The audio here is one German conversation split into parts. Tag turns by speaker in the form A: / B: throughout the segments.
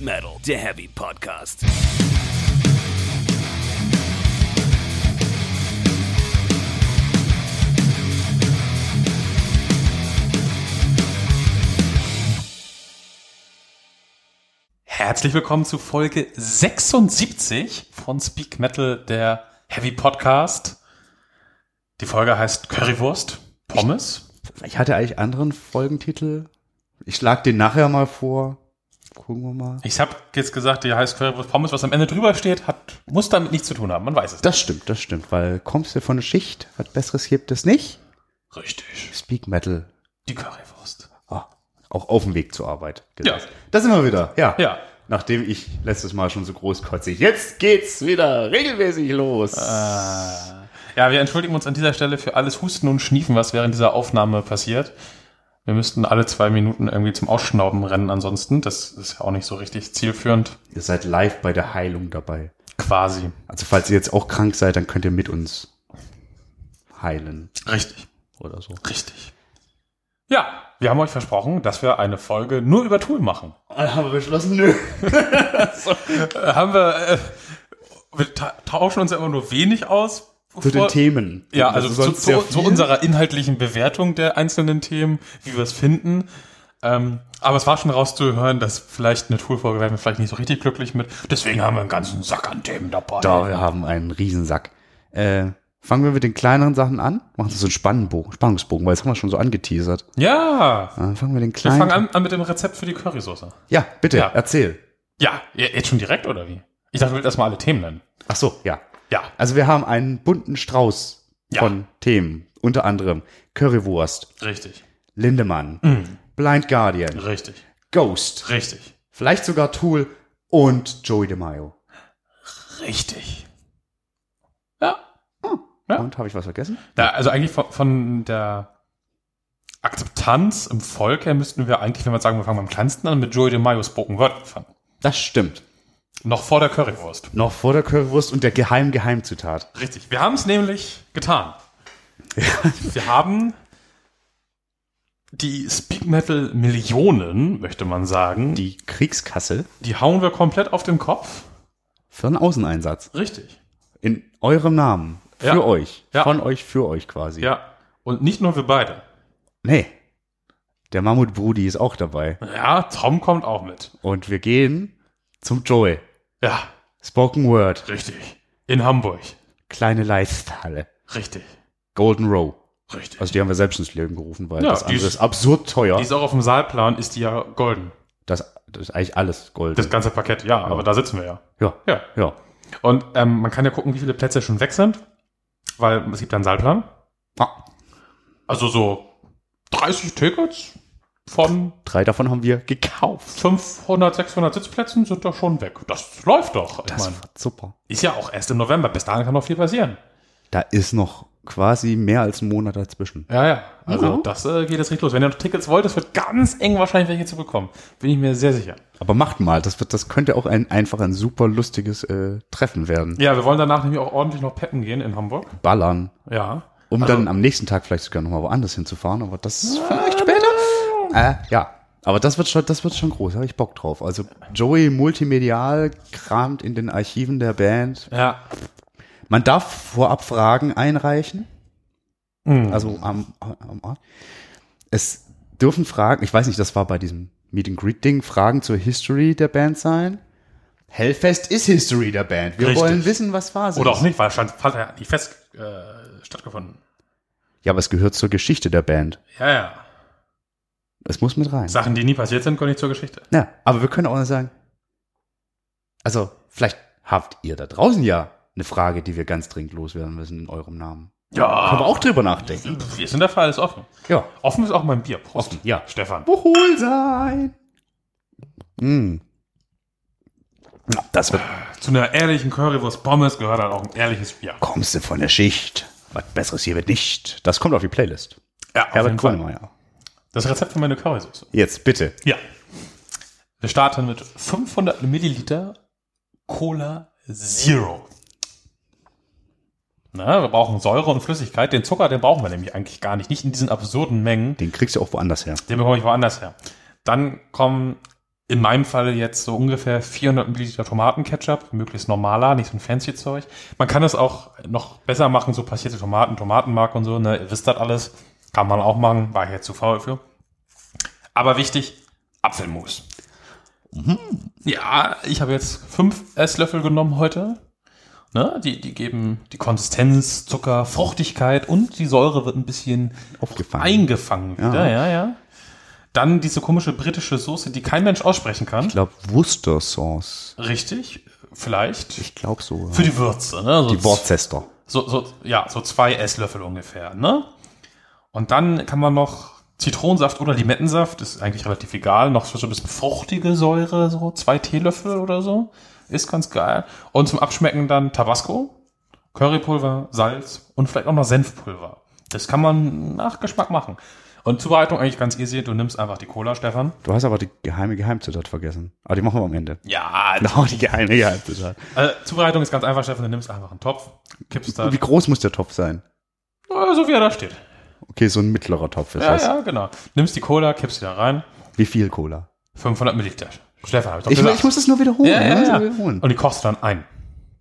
A: Metal, der Heavy Podcast.
B: Herzlich willkommen zu Folge 76 von Speak Metal, der Heavy Podcast. Die Folge heißt Currywurst, Pommes.
C: Ich hatte eigentlich anderen Folgentitel. Ich schlag den nachher mal vor. Gucken wir mal.
B: Ich habe jetzt gesagt, die heißt Currywurst, Pommes. Was am Ende drüber steht, hat, muss damit nichts zu tun haben. Man weiß es.
C: Das stimmt, das stimmt, weil kommst du von der Schicht, was Besseres gibt es nicht.
B: Richtig.
C: Speak Metal.
B: Die Currywurst.
C: Ah, auch auf dem Weg zur Arbeit.
B: Ja.
C: Da sind wir wieder. Ja.
B: Ja.
C: Nachdem ich letztes Mal schon so großkotzig. Jetzt geht's wieder regelmäßig los. Ah.
B: Ja, wir entschuldigen uns an dieser Stelle für alles Husten und Schniefen, was während dieser Aufnahme passiert. Wir müssten alle zwei Minuten irgendwie zum Ausschnauben rennen ansonsten. Das ist ja auch nicht so richtig zielführend.
C: Ihr seid live bei der Heilung dabei.
B: Quasi.
C: Also falls ihr jetzt auch krank seid, dann könnt ihr mit uns heilen
B: Richtig.
C: oder so.
B: Richtig. Ja, wir haben euch versprochen, dass wir eine Folge nur über Tool machen.
C: Dann haben wir beschlossen, nö.
B: Äh, haben wir, äh, wir ta tauschen uns ja immer nur wenig aus.
C: Zu den
B: vor-
C: Themen.
B: Ja, also zu,
C: sonst sehr
B: zu, zu
C: viel.
B: unserer inhaltlichen Bewertung der einzelnen Themen, wie wir es finden. Ähm, aber es war schon rauszuhören, dass vielleicht eine Tool-Folge werden wir vielleicht nicht so richtig glücklich mit. Deswegen haben wir einen ganzen Sack an Themen dabei.
C: Da, wir haben einen Riesensack. Äh, fangen wir mit den kleineren Sachen an. Machen wir so einen Spannenbogen, Spannungsbogen, weil das haben wir schon so angeteasert.
B: Ja,
C: Äh, fangen wir den
B: wir
C: kleinen.
B: fangen an, an mit dem Rezept für die Currysoße.
C: Ja, bitte,
B: Ja.
C: erzähl.
B: Ja, j- jetzt schon direkt oder wie? Ich dachte, wir würden erstmal alle Themen nennen.
C: Ach so, ja.
B: Ja,
C: Also wir haben einen bunten Strauß
B: Ja.
C: von Themen. Unter anderem Currywurst,
B: richtig.
C: Lindemann,
B: Mhm.
C: Blind Guardian,
B: Richtig.
C: Ghost,
B: Richtig.
C: vielleicht sogar Tool und Joey DeMaio.
B: Richtig. Ja. Ja.
C: Und habe ich was vergessen?
B: Da, also eigentlich von, von der Akzeptanz im Volk her müssten wir eigentlich, wenn wir sagen, wir fangen beim Kleinsten an, mit Joey DeMaio Spoken Word anfangen.
C: Das stimmt.
B: Noch vor der Currywurst.
C: Noch vor der Currywurst und der Geheim-Geheimzutat.
B: Richtig. Wir haben es nämlich getan. Wir haben die Speak Metal Millionen, möchte man sagen, die,
C: Die Kriegskasse
B: die hauen wir komplett auf den Kopf.
C: für einen Außeneinsatz.
B: Richtig.
C: In eurem Namen. Für
B: Ja.
C: euch.
B: Ja.
C: Von euch für euch quasi.
B: Ja. Und nicht nur wir beide.
C: Nee. Der Mammutbrudi ist auch dabei.
B: Ja, Tom kommt auch mit.
C: Und wir gehen zum Joey.
B: Ja,
C: Spoken Word.
B: richtig. In Hamburg.
C: Kleine Leisthalle.
B: Richtig.
C: Golden Row.
B: Richtig.
C: Also die haben wir selbst ins Leben gerufen, weil
B: Ja,
C: das
B: die
C: andere
B: ist-
C: ist, absurd teuer.
B: Die ist auch auf dem Saalplan, ist die ja golden.
C: das, das ist eigentlich alles Gold.
B: Das ganze Parkett, ja, aber da sitzen wir ja.
C: ja.
B: Ja.
C: Ja.
B: Und ähm, man kann ja gucken, wie viele Plätze schon weg sind, weil es gibt ja einen Saalplan.
C: Ah,
B: Also so 30 Tickets von
C: drei davon haben wir gekauft.
B: 500, 600 Sitzplätzen sind doch schon weg. Das läuft doch. Ich
C: Das
B: mein,
C: war super.
B: ist ja auch erst im November. Bis dahin kann noch viel passieren.
C: Da ist noch quasi mehr als ein Monat dazwischen.
B: Ja, ja. Also
C: Mhm.
B: das äh, geht jetzt richtig los. Wenn ihr noch Tickets wollt, es wird ganz eng wahrscheinlich welche zu bekommen. Bin ich mir sehr sicher.
C: Aber macht mal, das, wird, das könnte auch ein, einfach ein super lustiges äh, Treffen werden.
B: Ja, wir wollen danach nämlich auch ordentlich noch peppen gehen in Hamburg.
C: Ballern.
B: Ja.
C: Um
B: Also-
C: dann am nächsten Tag vielleicht sogar nochmal woanders hinzufahren, aber das ist vielleicht später. Äh, ja, aber das wird schon, das wird schon groß, habe ich Bock drauf. Also Joey multimedial kramt in den Archiven der Band.
B: Ja.
C: Man darf vorab Fragen einreichen,
B: Mhm.
C: also am, am Ort. Es dürfen Fragen, ich weiß nicht, das war bei diesem Meet and Greet Ding, Fragen zur History der Band sein. Hellfest ist History der Band. Wir
B: Richtig.
C: wollen wissen, was Phase
B: Oder
C: ist.
B: auch nicht, weil es scheint- hat ja nicht fest äh, stattgefunden.
C: Ja, aber es gehört zur Geschichte der Band.
B: Ja, ja.
C: Es muss mit rein.
B: Sachen, die nie passiert sind, gehören nicht zur Geschichte.
C: Ja, aber wir können auch noch sagen, also vielleicht habt ihr da draußen ja eine Frage, die wir ganz dringend loswerden müssen in eurem Namen.
B: Ja.
C: Können wir auch drüber nachdenken.
B: Wir sind dafür alles offen.
C: Ja.
B: Offen ist auch mein Bier. Prost.
C: Offen, ja.
B: Stefan.
C: Wohl sein. Mm. Na, das wird,
B: Zu einer ehrlichen Currywurst Pommes gehört halt auch ein ehrliches Bier.
C: kommst du von der Schicht. Was Besseres hier wird nicht. Das kommt auf die Playlist.
B: Ja, auf
C: Herbert Grönemeyer.
B: Das Rezept für meine Currysoße.
C: Jetzt, bitte.
B: Ja. Wir starten mit 500 Milliliter Cola Zero. Na, wir brauchen Säure und Flüssigkeit. Den Zucker, den brauchen wir nämlich eigentlich gar nicht. Nicht in diesen absurden Mengen.
C: Den kriegst du auch woanders her.
B: Den bekomme ich woanders her. Dann kommen in meinem Fall jetzt so ungefähr 400 Milliliter Tomatenketchup, möglichst normaler, nicht so ein fancy Zeug. Man kann es auch noch besser machen, so passierte Tomaten, Tomatenmark und so, ne, ihr wisst das alles. Kann man auch machen, war ich jetzt zu faul für. Aber wichtig, Apfelmus. Mhm. Ja, ich habe jetzt fünf Esslöffel genommen heute. Ne, die, die geben die Konsistenz, Zucker, Fruchtigkeit und die Säure wird ein bisschen
C: Aufgefangen.
B: eingefangen wieder, ja, ja. Dann diese komische britische Soße, die kein Mensch aussprechen kann.
C: Ich glaube, Worcester Sauce.
B: Richtig, vielleicht.
C: Ich glaube so.
B: Für die Würze, ne? So
C: die Worcester.
B: so, so, ja, so zwei Esslöffel ungefähr, ne? Und dann kann man noch Zitronensaft oder Limettensaft, ist eigentlich relativ egal, noch so ein bisschen fruchtige Säure, so zwei Teelöffel oder so, ist ganz geil. Und zum Abschmecken dann Tabasco, Currypulver, Salz und vielleicht auch noch Senfpulver. Das kann man nach Geschmack machen. Und Zubereitung eigentlich ganz easy, du nimmst einfach die Cola, Stefan.
C: Du hast aber die geheime Geheimzutat vergessen. Aber die machen wir am Ende.
B: Ja,
C: Genau, die geheime Geheimzutat.
B: also, Zubereitung ist ganz einfach, Stefan, du nimmst einfach einen Topf, kippst da,
C: Wie groß muss der Topf sein?
B: so wie er da steht.
C: Okay, so ein mittlerer Topf ist
B: Ja,
C: das.
B: ja, genau. Nimmst die Cola, kippst sie da rein,
C: Wie viel Cola?
B: 500 Milliliter. Stefan, hab ich doch
C: Ich,
B: gesagt.
C: ich muss das nur wiederholen.
B: ja, ja,
C: ne?
B: ja.
C: So wiederholen.
B: Und die kochst du dann ein.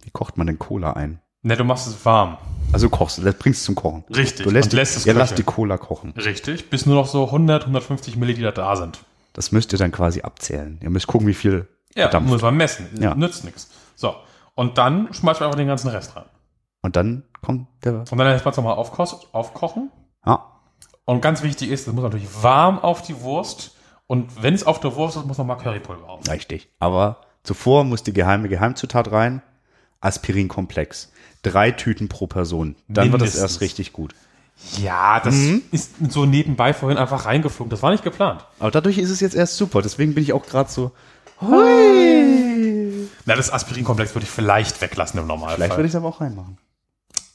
C: Wie kocht man denn Cola ein?
B: Ne, du machst es warm.
C: Also kochst du, das bringst du zum Kochen.
B: Richtig.
C: Du lässt,
B: Und lässt es
C: ja, lass die
B: köcheln.
C: Cola kochen.
B: Richtig, bis nur noch so 100, 150 Milliliter da sind.
C: Das müsst ihr dann quasi abzählen. Ihr müsst gucken, wie viel
B: Ja,
C: verdampft.
B: muss man messen.
C: Ja.
B: Nützt nichts. So. Und dann schmeißt man einfach den ganzen Rest rein.
C: Und dann kommt der.
B: Und dann erstmal nochmal aufkost- aufkochen.
C: Ah,
B: Und ganz wichtig ist, das muss natürlich warm auf die Wurst. Und wenn es auf der Wurst ist, muss nochmal Currypulver auf.
C: richtig. Aber zuvor muss die geheime Geheimzutat rein. Aspirinkomplex. Drei Tüten pro Person. Dann wird das
B: Mindestens.
C: erst richtig gut.
B: Ja, das ist so nebenbei vorhin einfach reingeflogen. Das war nicht geplant.
C: Aber dadurch ist es jetzt erst super. Deswegen bin ich auch gerade so.
B: Na, das Aspirinkomplex würde ich vielleicht weglassen im Normalfall.
C: Vielleicht würde ich es aber auch reinmachen.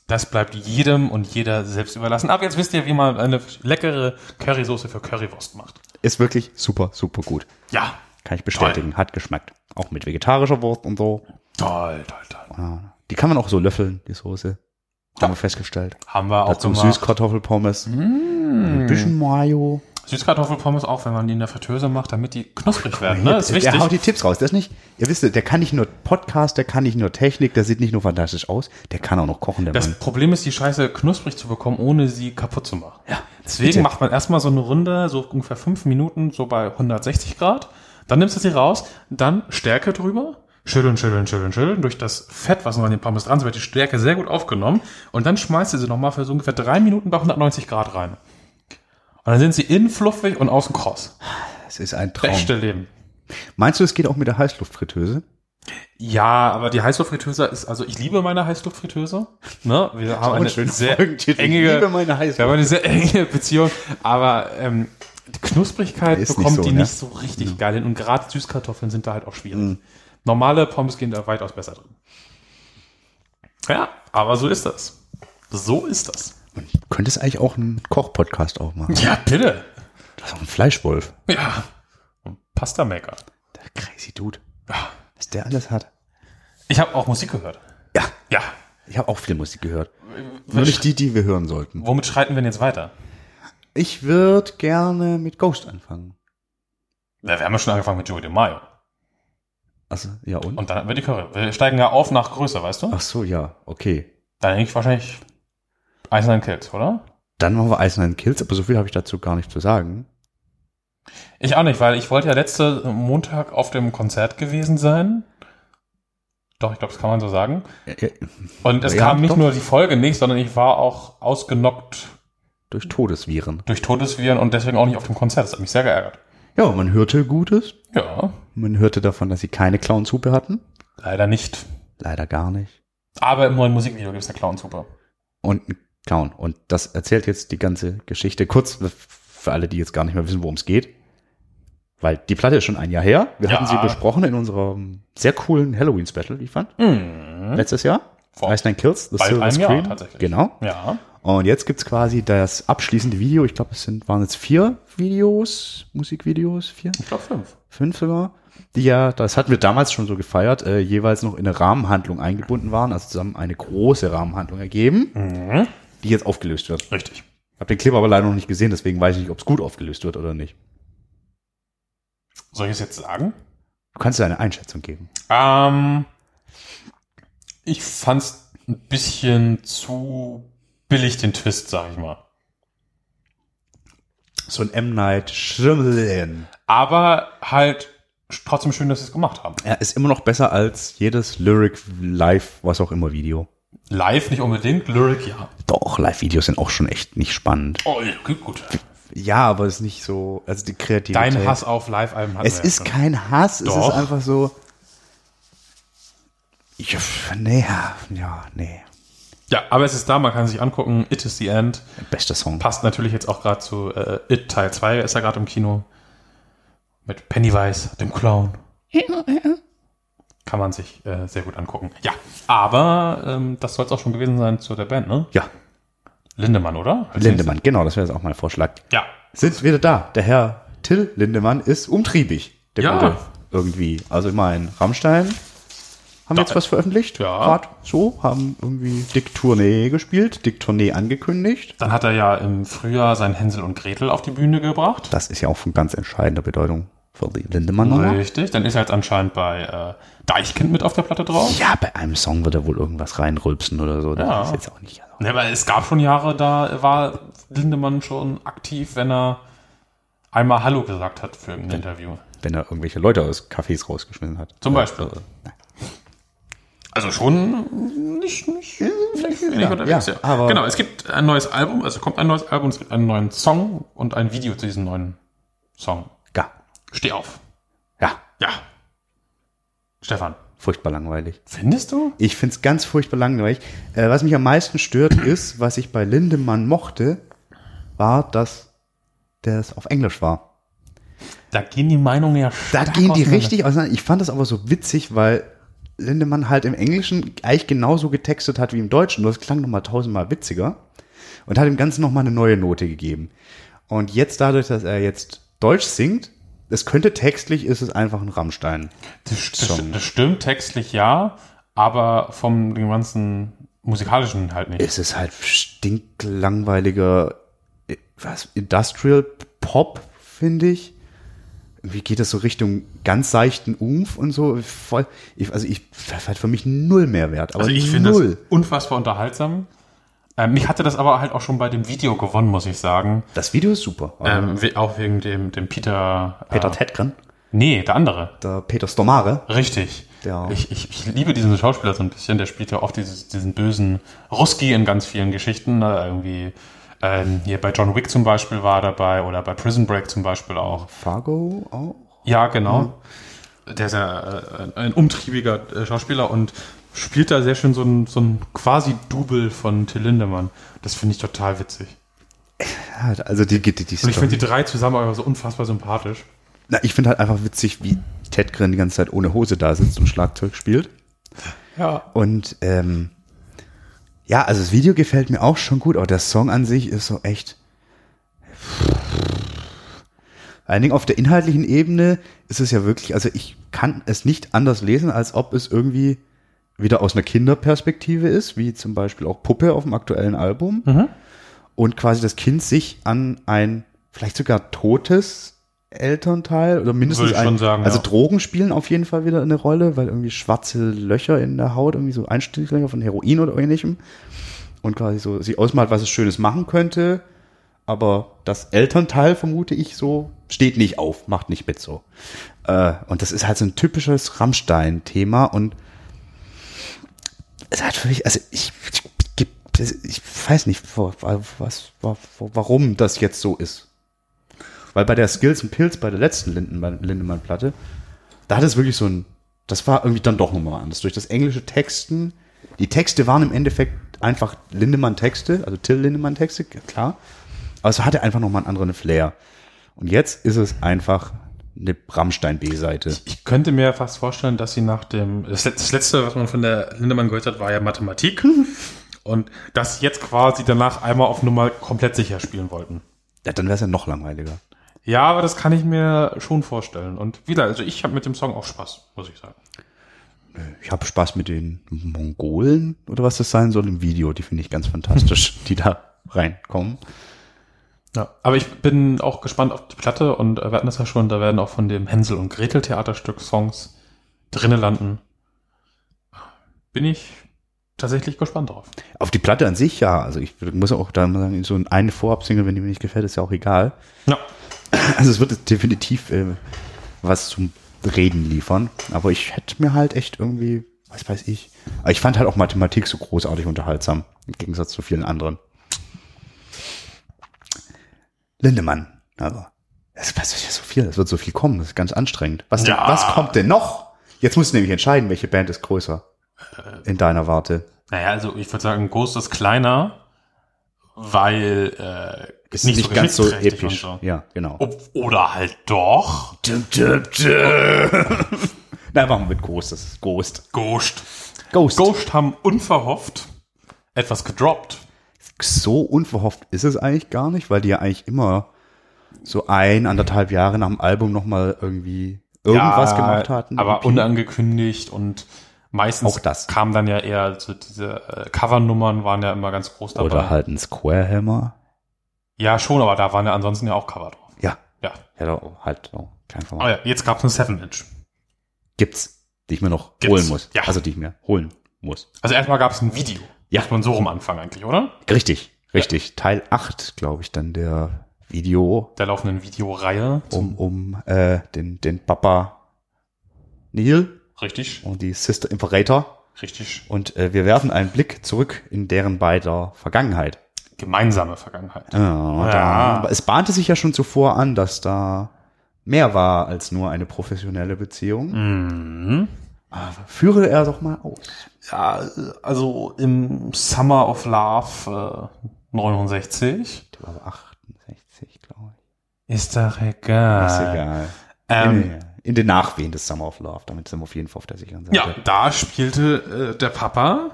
B: Das bleibt jedem und jeder selbst überlassen. Aber jetzt wisst ihr, wie man eine leckere Currysoße für Currywurst macht.
C: Ist wirklich super, super gut.
B: Ja.
C: Kann ich bestätigen. Hat geschmeckt. Auch mit vegetarischer Wurst und so.
B: Toll, toll, toll.
C: Ah, Die kann man auch so löffeln, die Soße. Haben wir festgestellt.
B: Haben wir auch
C: Dazu
B: gemacht. Mm.
C: Süßkartoffelpommes. Ein bisschen Mayo.
B: Süßkartoffelpommes auch, wenn man die in der Fritteuse macht, damit die knusprig werden. Ne? Das ist
C: Der haut
B: wichtig.
C: die Tipps raus. Der ist nicht, ihr wisst, der kann nicht nur Podcast, der kann nicht nur Technik, der sieht nicht nur fantastisch aus, der kann auch noch kochen, der
B: Das
C: Mann.
B: Problem ist, die Scheiße knusprig zu bekommen, ohne sie kaputt zu machen. Ja, Deswegen macht man erstmal so eine Runde, so ungefähr fünf Minuten, so bei 160 Grad. Dann nimmst du sie raus, dann Stärke drüber, schütteln, schütteln, schütteln, schütteln. Durch das Fett, was noch an den Pommes dran ist, wird die Stärke sehr gut aufgenommen. Und dann schmeißt du sie nochmal für so ungefähr drei Minuten bei 190 Grad rein. Und dann sind sie innen fluffig und außen kross.
C: Das ist ein Traum.
B: Beste Leben.
C: Meinst du, es geht auch mit der Heißluftfritteuse?
B: Ja, aber die Heißluftfritteuse ist, also ich liebe meine Heißluftfritteuse. Ne? Wir haben eine
C: schöner
B: sehr
C: Folgentitel. Ich
B: enge,
C: liebe meine Heißluft-
B: wir haben eine sehr enge Beziehung, aber ähm, die Knusprigkeit
C: Ist nicht
B: bekommt
C: so,
B: die
C: ne? Mhm.
B: nicht so richtig geil hin und gerade Süßkartoffeln sind da halt auch schwierig. Normale Pommes gehen da weitaus besser drin. Ja, aber so ist das. So ist das.
C: Könnte es eigentlich auch einen Koch-Podcast auch machen?
B: Ja, bitte.
C: Das ist auch ein Fleischwolf.
B: Ja. Pasta Maker.
C: Der crazy Dude. Was der alles hat.
B: Ich habe auch Musik gehört.
C: Ja,
B: Ja.
C: ich habe auch viel Musik gehört. Nur nicht die, die wir hören sollten.
B: Womit schreiten wir denn jetzt weiter?
C: Ich würde gerne mit Ghost anfangen.
B: Na, wir haben ja schon angefangen mit Joey DeMaio.
C: Also, ja und?
B: Und dann hatten wir die Curry. Wir steigen ja auf nach Größe, weißt du?
C: Ach so, ja, okay.
B: Dann denke ich wahrscheinlich Eisland Kills, oder?
C: Dann machen wir Eisenheim Kills, aber so viel habe ich dazu gar nicht zu sagen.
B: Ich auch nicht, weil ich wollte ja letzte Montag auf dem Konzert gewesen sein. Doch, ich glaube, das kann man so sagen. Und es
C: Ja,
B: kam nicht
C: doch.
B: nur die Folge nicht, sondern ich war auch ausgenockt
C: Durch Todesviren.
B: durch Todesviren und deswegen auch nicht auf dem Konzert. Das hat mich sehr geärgert.
C: Ja, man hörte Gutes.
B: Ja,
C: Man hörte davon, dass sie keine Clownshupe hatten.
B: leider nicht.
C: Leider gar nicht.
B: Aber im neuen Musikvideo gibt es eine Clown-Super.
C: Und ein Clown. Und das erzählt jetzt die ganze Geschichte. Kurz für alle, die jetzt gar nicht mehr wissen, worum es geht. Weil die Platte ist schon ein Jahr her. Wir
B: Ja.
C: hatten sie besprochen in unserem sehr coolen Halloween-Special, wie ich fand. Letztes Jahr.
B: Mhm. Vor-
C: Ice Nine Kills, The
B: Bald
C: Silver
B: einem Jahr
C: Screen.
B: tatsächlich.
C: Genau.
B: Ja.
C: Und jetzt gibt's quasi das abschließende Video. Ich glaube, es sind, waren jetzt vier Videos, Musikvideos, vier,
B: Ich glaube fünf.
C: fünf sogar, die ja, das hatten wir damals schon so gefeiert, äh, jeweils noch in eine Rahmenhandlung eingebunden waren, also zusammen eine große Rahmenhandlung ergeben,
B: Mhm.
C: die jetzt aufgelöst wird.
B: Richtig.
C: Ich habe den Clip aber leider noch nicht gesehen, deswegen weiß ich nicht, ob es gut aufgelöst wird oder nicht.
B: Soll ich es jetzt sagen?
C: Du kannst deine Einschätzung geben.
B: Ähm, ich fand's ein bisschen zu billig den Twist, sag ich mal.
C: So ein M. Night Shyamalan.
B: Aber halt trotzdem schön, dass sie es gemacht haben.
C: Er ist immer noch besser als jedes Lyric Live, was auch immer Video.
B: Live nicht unbedingt, Lyric ja.
C: Doch, Live-Videos sind auch schon echt nicht spannend.
B: Oh, ja, gut, gut.
C: Ja, aber es ist nicht so, also die Kreativität.
B: Dein Hass auf Live-Alben hat
C: Es ist kein Hass, es
B: Doch.
C: ist einfach so. Ich, nee, ja, ja, nee.
B: Ja, aber es ist da, man kann sich angucken. It is the End.
C: Bester Song.
B: Passt natürlich jetzt auch gerade zu äh, It Teil 2, ist ja gerade im Kino. Mit Pennywise, dem Clown. Kann man sich äh, sehr gut angucken. Ja, aber ähm, das soll es auch schon gewesen sein zu der Band, ne?
C: Ja,
B: Lindemann, oder? Als
C: Lindemann, genau, das wäre jetzt auch mein Vorschlag.
B: nächstes- Ja.
C: Sind wieder da. Der Herr Till Lindemann ist umtriebig. Der
B: Ja.
C: Gute. Irgendwie. Also ich meine, Rammstein haben jetzt was veröffentlicht.
B: Ja.
C: Grad so, haben irgendwie Dick Tournee gespielt, Dick Tournee angekündigt.
B: Dann hat er ja im Frühjahr sein Hänsel und Gretel auf die Bühne gebracht.
C: Das ist ja auch von ganz entscheidender Bedeutung für die Lindemann.
B: Richtig. Dann ist er jetzt anscheinend bei äh, Deichkind mit auf der Platte drauf.
C: Ja, bei einem Song wird er wohl irgendwas reinrülpsen oder so. Das ist jetzt auch nicht. also,
B: Ne, aber es gab schon Jahre, da war Lindemann schon aktiv, wenn er einmal Hallo gesagt hat für ein Interview.
C: Wenn er irgendwelche Leute aus Cafés rausgeschmissen hat.
B: Zum Beispiel.
C: Also,
B: Also schon nicht, nicht, nicht wenig unterwegs,
C: ja,
B: ja.
C: aber-
B: genau, es gibt ein neues Album, also kommt ein neues Album, es gibt einen neuen Song und ein Video zu diesem neuen Song.
C: ja.
B: Steh auf.
C: ja,
B: Ja. Stefan.
C: furchtbar langweilig.
B: Findest du?
C: Ich find's ganz furchtbar langweilig. Äh, was mich am meisten stört, ist, was ich bei Lindemann mochte, war, dass das auf Englisch war.
B: Da gehen die Meinungen ja
C: Da
B: stark
C: gehen die
B: auseinander.
C: richtig auseinander. Ich fand das aber so witzig, weil Lindemann halt im Englischen eigentlich genauso getextet hat wie im Deutschen. Nur es klang nochmal tausendmal witziger und hat dem Ganzen nochmal eine neue Note gegeben. Und jetzt dadurch, dass er jetzt Deutsch singt, es könnte textlich, ist es einfach ein Rammstein.
B: Das, st- das, st- das stimmt textlich ja, aber vom ganzen musikalischen halt nicht.
C: es ist halt stinklangweiliger äh, was, Industrial Pop, finde ich. Wie geht das so Richtung ganz seichten Umf und so? Voll, ich, also ich das hat für mich null Mehrwert. Aber
B: Also ich finde das
C: null.
B: unfassbar unterhaltsam. Ähm, mich hatte das aber halt auch schon bei dem Video gewonnen, muss ich sagen.
C: Das, Video ist super.
B: Ähm, we auch wegen dem, dem Peter.
C: Peter
B: äh,
C: Tedgren,
B: Nee, der andere.
C: der Peter Stormare.
B: Richtig.
C: Ja.
B: Ich, ich, ich liebe diesen Schauspieler so ein bisschen. Der spielt ja oft dieses, diesen bösen Ruski in ganz vielen Geschichten. Ne? Irgendwie ähm, hier bei John Wick zum Beispiel war er dabei oder bei Prison Break zum Beispiel auch.
C: Fargo auch?
B: Ja, genau. Der ist ja äh, ein umtriebiger äh, Schauspieler und spielt da sehr schön so ein, so ein quasi Double von Till Lindemann. Das finde ich total witzig.
C: Ja, Also die, die, die, die
B: Und ich
C: Story-
B: finde die drei zusammen einfach so unfassbar sympathisch.
C: Na, ich finde halt einfach witzig, wie Tedgren die ganze Zeit ohne Hose da sitzt und Schlagzeug spielt.
B: Ja.
C: Und ähm, ja, also das Video gefällt mir auch schon gut, aber der Song an sich ist so echt. Vor allen Dingen auf der inhaltlichen Ebene ist es ja wirklich, also ich kann es nicht anders lesen, als ob es irgendwie wieder aus einer Kinderperspektive ist, wie zum Beispiel auch Puppe auf dem aktuellen Album. Und quasi das Kind sich an ein vielleicht sogar totes Elternteil oder mindestens
B: Würde ich schon
C: ein,
B: sagen,
C: also
B: ja.
C: Drogen spielen auf jeden Fall wieder eine Rolle, weil irgendwie schwarze Löcher in der Haut, irgendwie so Einstichslöcher von Heroin oder ähnlichem. Und quasi so sie ausmalt, was es Schönes machen könnte. Aber das Elternteil, vermute ich so, steht nicht auf, macht nicht mit so. Äh, und das ist halt so ein typisches Rammstein-Thema und es hat für mich, also ich, ich, ich weiß nicht, wo- was, wo- wo- warum das jetzt so ist. Weil bei der Skills und Pills, bei der letzten Linden- Lindemann-Platte, da hat es wirklich so ein, das war irgendwie dann doch nochmal anders. Durch das englische Texten, die Texte waren im Endeffekt einfach Lindemann-Texte, also Till Lindemann-Texte, klar. Aber es hatte einfach nochmal einen anderen Flair. Und jetzt ist es einfach eine Rammstein-B-Seite.
B: Ich könnte mir fast vorstellen, dass sie nach dem. Das Let- das letzte, was man von der Lindemann gehört hat, war ja Mathematik. Und dass sie jetzt quasi danach einmal auf Nummer komplett sicher spielen wollten.
C: Ja, dann wäre es ja noch langweiliger.
B: Ja, aber das kann ich mir schon vorstellen. Und wieder, also ich habe mit dem Song auch Spaß, muss ich sagen.
C: Ich habe Spaß mit den Mongolen oder was das sein soll im Video. Die finde ich ganz fantastisch, die da reinkommen.
B: Ja, aber ich bin auch gespannt auf die Platte und äh, wir hatten das ja schon, da werden auch von dem Hänsel und Gretel Theaterstück Songs drinne landen. Bin ich tatsächlich gespannt drauf.
C: Auf die Platte an sich ja. Also ich muss auch da mal sagen, so ein eine Vorab-Single, wenn die mir nicht gefällt, ist ja auch egal.
B: Ja.
C: Also es wird definitiv äh, was zum Reden liefern. Aber ich hätte mir halt echt irgendwie, was weiß ich. Aber ich fand halt auch Mathematik so großartig unterhaltsam. Im Gegensatz zu vielen anderen. Lindemann. Also, es passiert ja so viel. Es wird so viel kommen. Das ist ganz anstrengend. Was, denn,
B: Ja.
C: was kommt denn noch? Jetzt musst du nämlich entscheiden, welche Band ist größer. In deiner Warte.
B: Naja, also ich würde sagen, Ghost ist kleiner, weil äh,
C: Ist nicht, ganz so
B: geschichtsträchtig
C: episch.
B: und so.
C: Ja, genau.
B: Ob, oder halt doch.
C: Nein, machen wir mit Ghost. Das ist Ghost.
B: Ghost.
C: Ghost.
B: Ghost haben unverhofft etwas gedroppt.
C: So unverhofft ist es eigentlich gar nicht, weil die ja eigentlich immer so ein, anderthalb Jahre nach dem Album nochmal irgendwie irgendwas
B: Ja,
C: gemacht hatten.
B: Aber
C: Irgendwie.
B: unangekündigt und meistens
C: Auch das.
B: kamen dann ja eher so diese äh, Covernummern waren ja immer ganz groß dabei.
C: Oder halt ein Squarehammer.
B: Ja, schon, aber da waren ja ansonsten ja auch Cover drauf.
C: Ja,
B: Ja.
C: ja, doch, halt, doch, kein
B: Oh
C: Format.
B: ja, jetzt gab es eine Seven-Inch.
C: Gibt's, die ich mir noch
B: Gibt's,
C: holen muss.
B: ja.
C: Also, die ich mir holen muss.
B: Also erstmal gab es ein Video.
C: Ja.
B: Muss man so rum anfangen eigentlich, oder?
C: Richtig, richtig. Teil 8, glaube ich, dann der Video
B: Der laufenden Videoreihe.
C: um, um äh, den, den Papa Neil
B: Richtig.
C: und die Sister Imperator.
B: Richtig.
C: Und äh, wir werfen einen Blick zurück in deren beider Vergangenheit.
B: Gemeinsame Vergangenheit.
C: Ja, da, aber es bahnte sich ja schon zuvor an, dass da mehr war als nur eine professionelle Beziehung. Ah,
B: Mhm.
C: Führe er doch mal aus.
B: Ja, also im Summer of Love äh, 69.
C: Der war aber 68, glaube ich.
B: Ist doch egal.
C: Ist egal.
B: Äh, Ähm,
C: in, äh, in den Nachwehen des Summer of Love. Damit sind wir auf jeden Fall auf der sicheren Seite.
B: Ja, da spielte äh, der Papa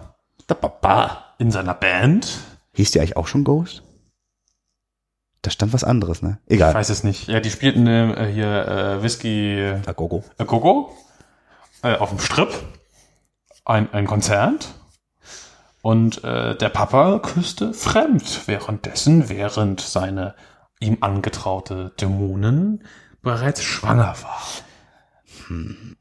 C: Der Papa.
B: in seiner Band.
C: Hieß die eigentlich auch schon Ghost? Da stand was anderes, ne?
B: Ich
C: Egal.
B: weiß es nicht. Ja, die spielten äh, hier äh, Whisky
C: Der Gogo.
B: äh, Coco äh, auf dem Strip. Ein, ein Konzert. Und äh, der Papa küsste fremd. Währenddessen, während seine ihm angetraute Dämonin bereits schwanger war. Hm.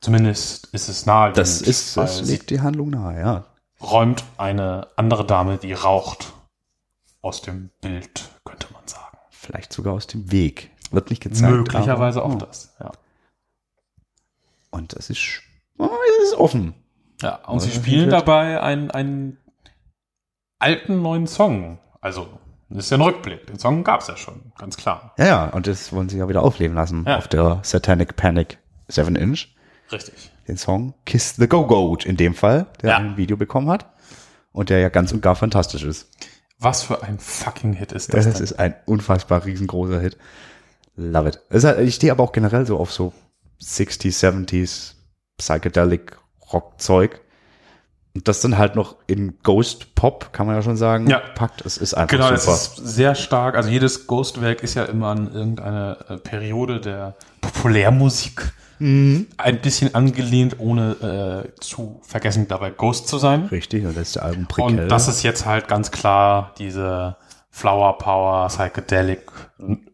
B: Zumindest ist es nahe.
C: Das ist, das
B: sie
C: legt die Handlung nahe, ja.
B: räumt eine andere Dame, die raucht, aus dem Bild, könnte man sagen.
C: Vielleicht sogar aus dem Weg. Wird nicht gezeigt.
B: Möglicherweise
C: aber-
B: auch
C: Ja.
B: das. Ja.
C: Und das ist, oh, es ist offen.
B: ja und sie
C: Ja,
B: spielen
C: wird-
B: dabei einen, einen alten neuen Song. Also, das ist ja ein Rückblick. Den Song gab es ja schon, ganz klar.
C: Ja, ja, und das wollen sie ja wieder aufleben lassen
B: Ja.
C: auf der Satanic Panic 7 Inch.
B: Richtig.
C: Den Song Kiss the Go-Goat in dem Fall, der
B: Ja.
C: ein Video bekommen hat. Und der ja ganz und gar fantastisch ist.
B: Was für ein fucking Hit ist
C: Das,
B: das?
C: ist ein unfassbar riesengroßer Hit. Love it. Es ist halt, ich stehe aber auch generell so auf so 60s, 70s Psychedelic Rock-Zeug. Und das dann halt noch in Ghost Pop, kann man ja schon sagen,
B: Ja.
C: packt. Es ist einfach
B: Genau, es
C: super.
B: ist sehr stark. Also jedes Ghost-Werk ist ja immer an irgendeine äh, Periode der Populärmusik
C: Mhm.
B: ein bisschen angelehnt, ohne äh, zu vergessen, dabei Ghost zu sein.
C: Richtig, das letzte Album Prickel.
B: Und das ist jetzt halt ganz klar diese Flower Power, Psychedelic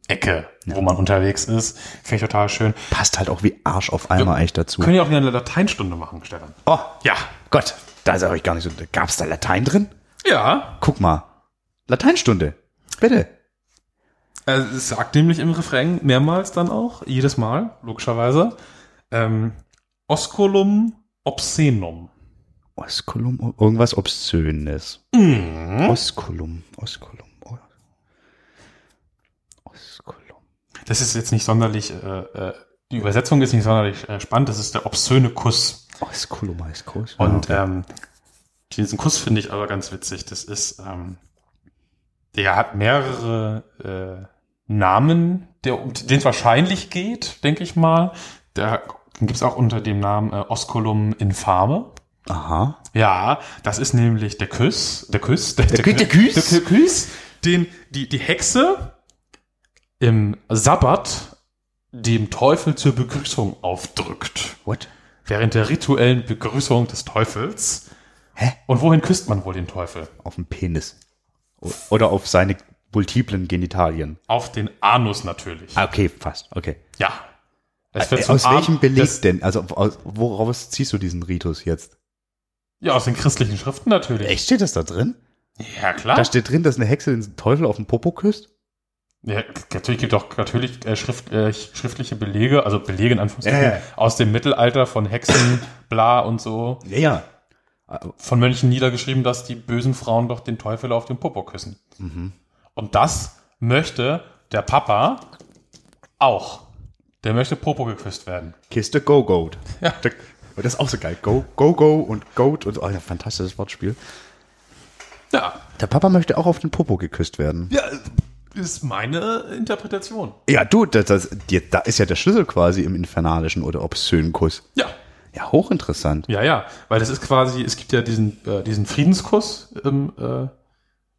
B: Ecke, wo man unterwegs ist. Finde ich total schön.
C: passt halt auch wie Arsch auf einmal eigentlich dazu.
B: Können ja auch wieder eine Lateinstunde machen, Stefan.
C: Oh,
B: Ja.
C: Gott, da ist aber ich gar nicht so. Gab's da Latein drin?
B: Ja.
C: Guck mal. Lateinstunde. Bitte.
B: Also es sagt nämlich im Refrain mehrmals dann auch, jedes Mal, logischerweise. Ähm, Osculum obscenum.
C: Osculum, irgendwas Obszönes.
B: Mhm. Hm?
C: Osculum, Osculum. O- Osculum.
B: Das ist jetzt nicht sonderlich, äh, äh, die Übersetzung ist nicht sonderlich äh, spannend, das ist der obszöne Kuss.
C: Osculum heißt groß.
B: Und
C: ja,
B: ähm, diesen Kuss finde ich aber ganz witzig. Das ist, ähm, der hat mehrere äh, Namen, der, um den es wahrscheinlich geht, denke ich mal. Der gibt es auch unter dem Namen äh, Osculum infame.
C: aha.
B: Ja, das ist nämlich der Küss, der Küss, der,
C: Kü- der Küss?
B: der Kü- Küss, den die die Hexe im Sabbat dem Teufel zur Begrüßung aufdrückt
C: What?
B: während der rituellen Begrüßung des Teufels.
C: Hä?
B: Und wohin küsst man wohl den Teufel?
C: Auf den Penis. O- Oder auf seine multiplen Genitalien.
B: Auf den Anus natürlich.
C: Ah, Okay, fast. Okay.
B: Ja. Das wird
C: Äh,
B: zum
C: aus
B: Arm-
C: welchem Beleg
B: Das,
C: denn? Also aus, woraus ziehst du diesen Ritus jetzt?
B: ja, aus den christlichen Schriften natürlich.
C: Echt steht das da drin?
B: Ja, klar.
C: Da steht drin, dass eine Hexe den Teufel auf den Popo küsst?
B: Ja, natürlich gibt auch natürlich äh, Schrift, äh, schriftliche Belege, also Belege in Anführungszeichen,
C: Ja, ja.
B: aus dem Mittelalter von Hexen, bla und so,
C: Ja, ja.
B: von Mönchen niedergeschrieben, dass die bösen Frauen doch den Teufel auf den Popo küssen.
C: Mhm.
B: Und das möchte der Papa auch. Der möchte Popo geküsst werden.
C: Kiss the Go-Goat.
B: Ja.
C: Der- Und das ist auch so geil. Go, Go, Go und Goat und oh ja, fantastisches Wortspiel.
B: Ja,
C: Der Papa möchte auch auf den Popo geküsst werden.
B: ja ist meine Interpretation.
C: Ja, du, das, das, die, da ist ja der Schlüssel quasi im infernalischen oder obszönen Kuss.
B: Ja.
C: Ja, hochinteressant.
B: Ja, ja, weil das ist quasi, es gibt ja diesen, äh, diesen Friedenskuss im, äh,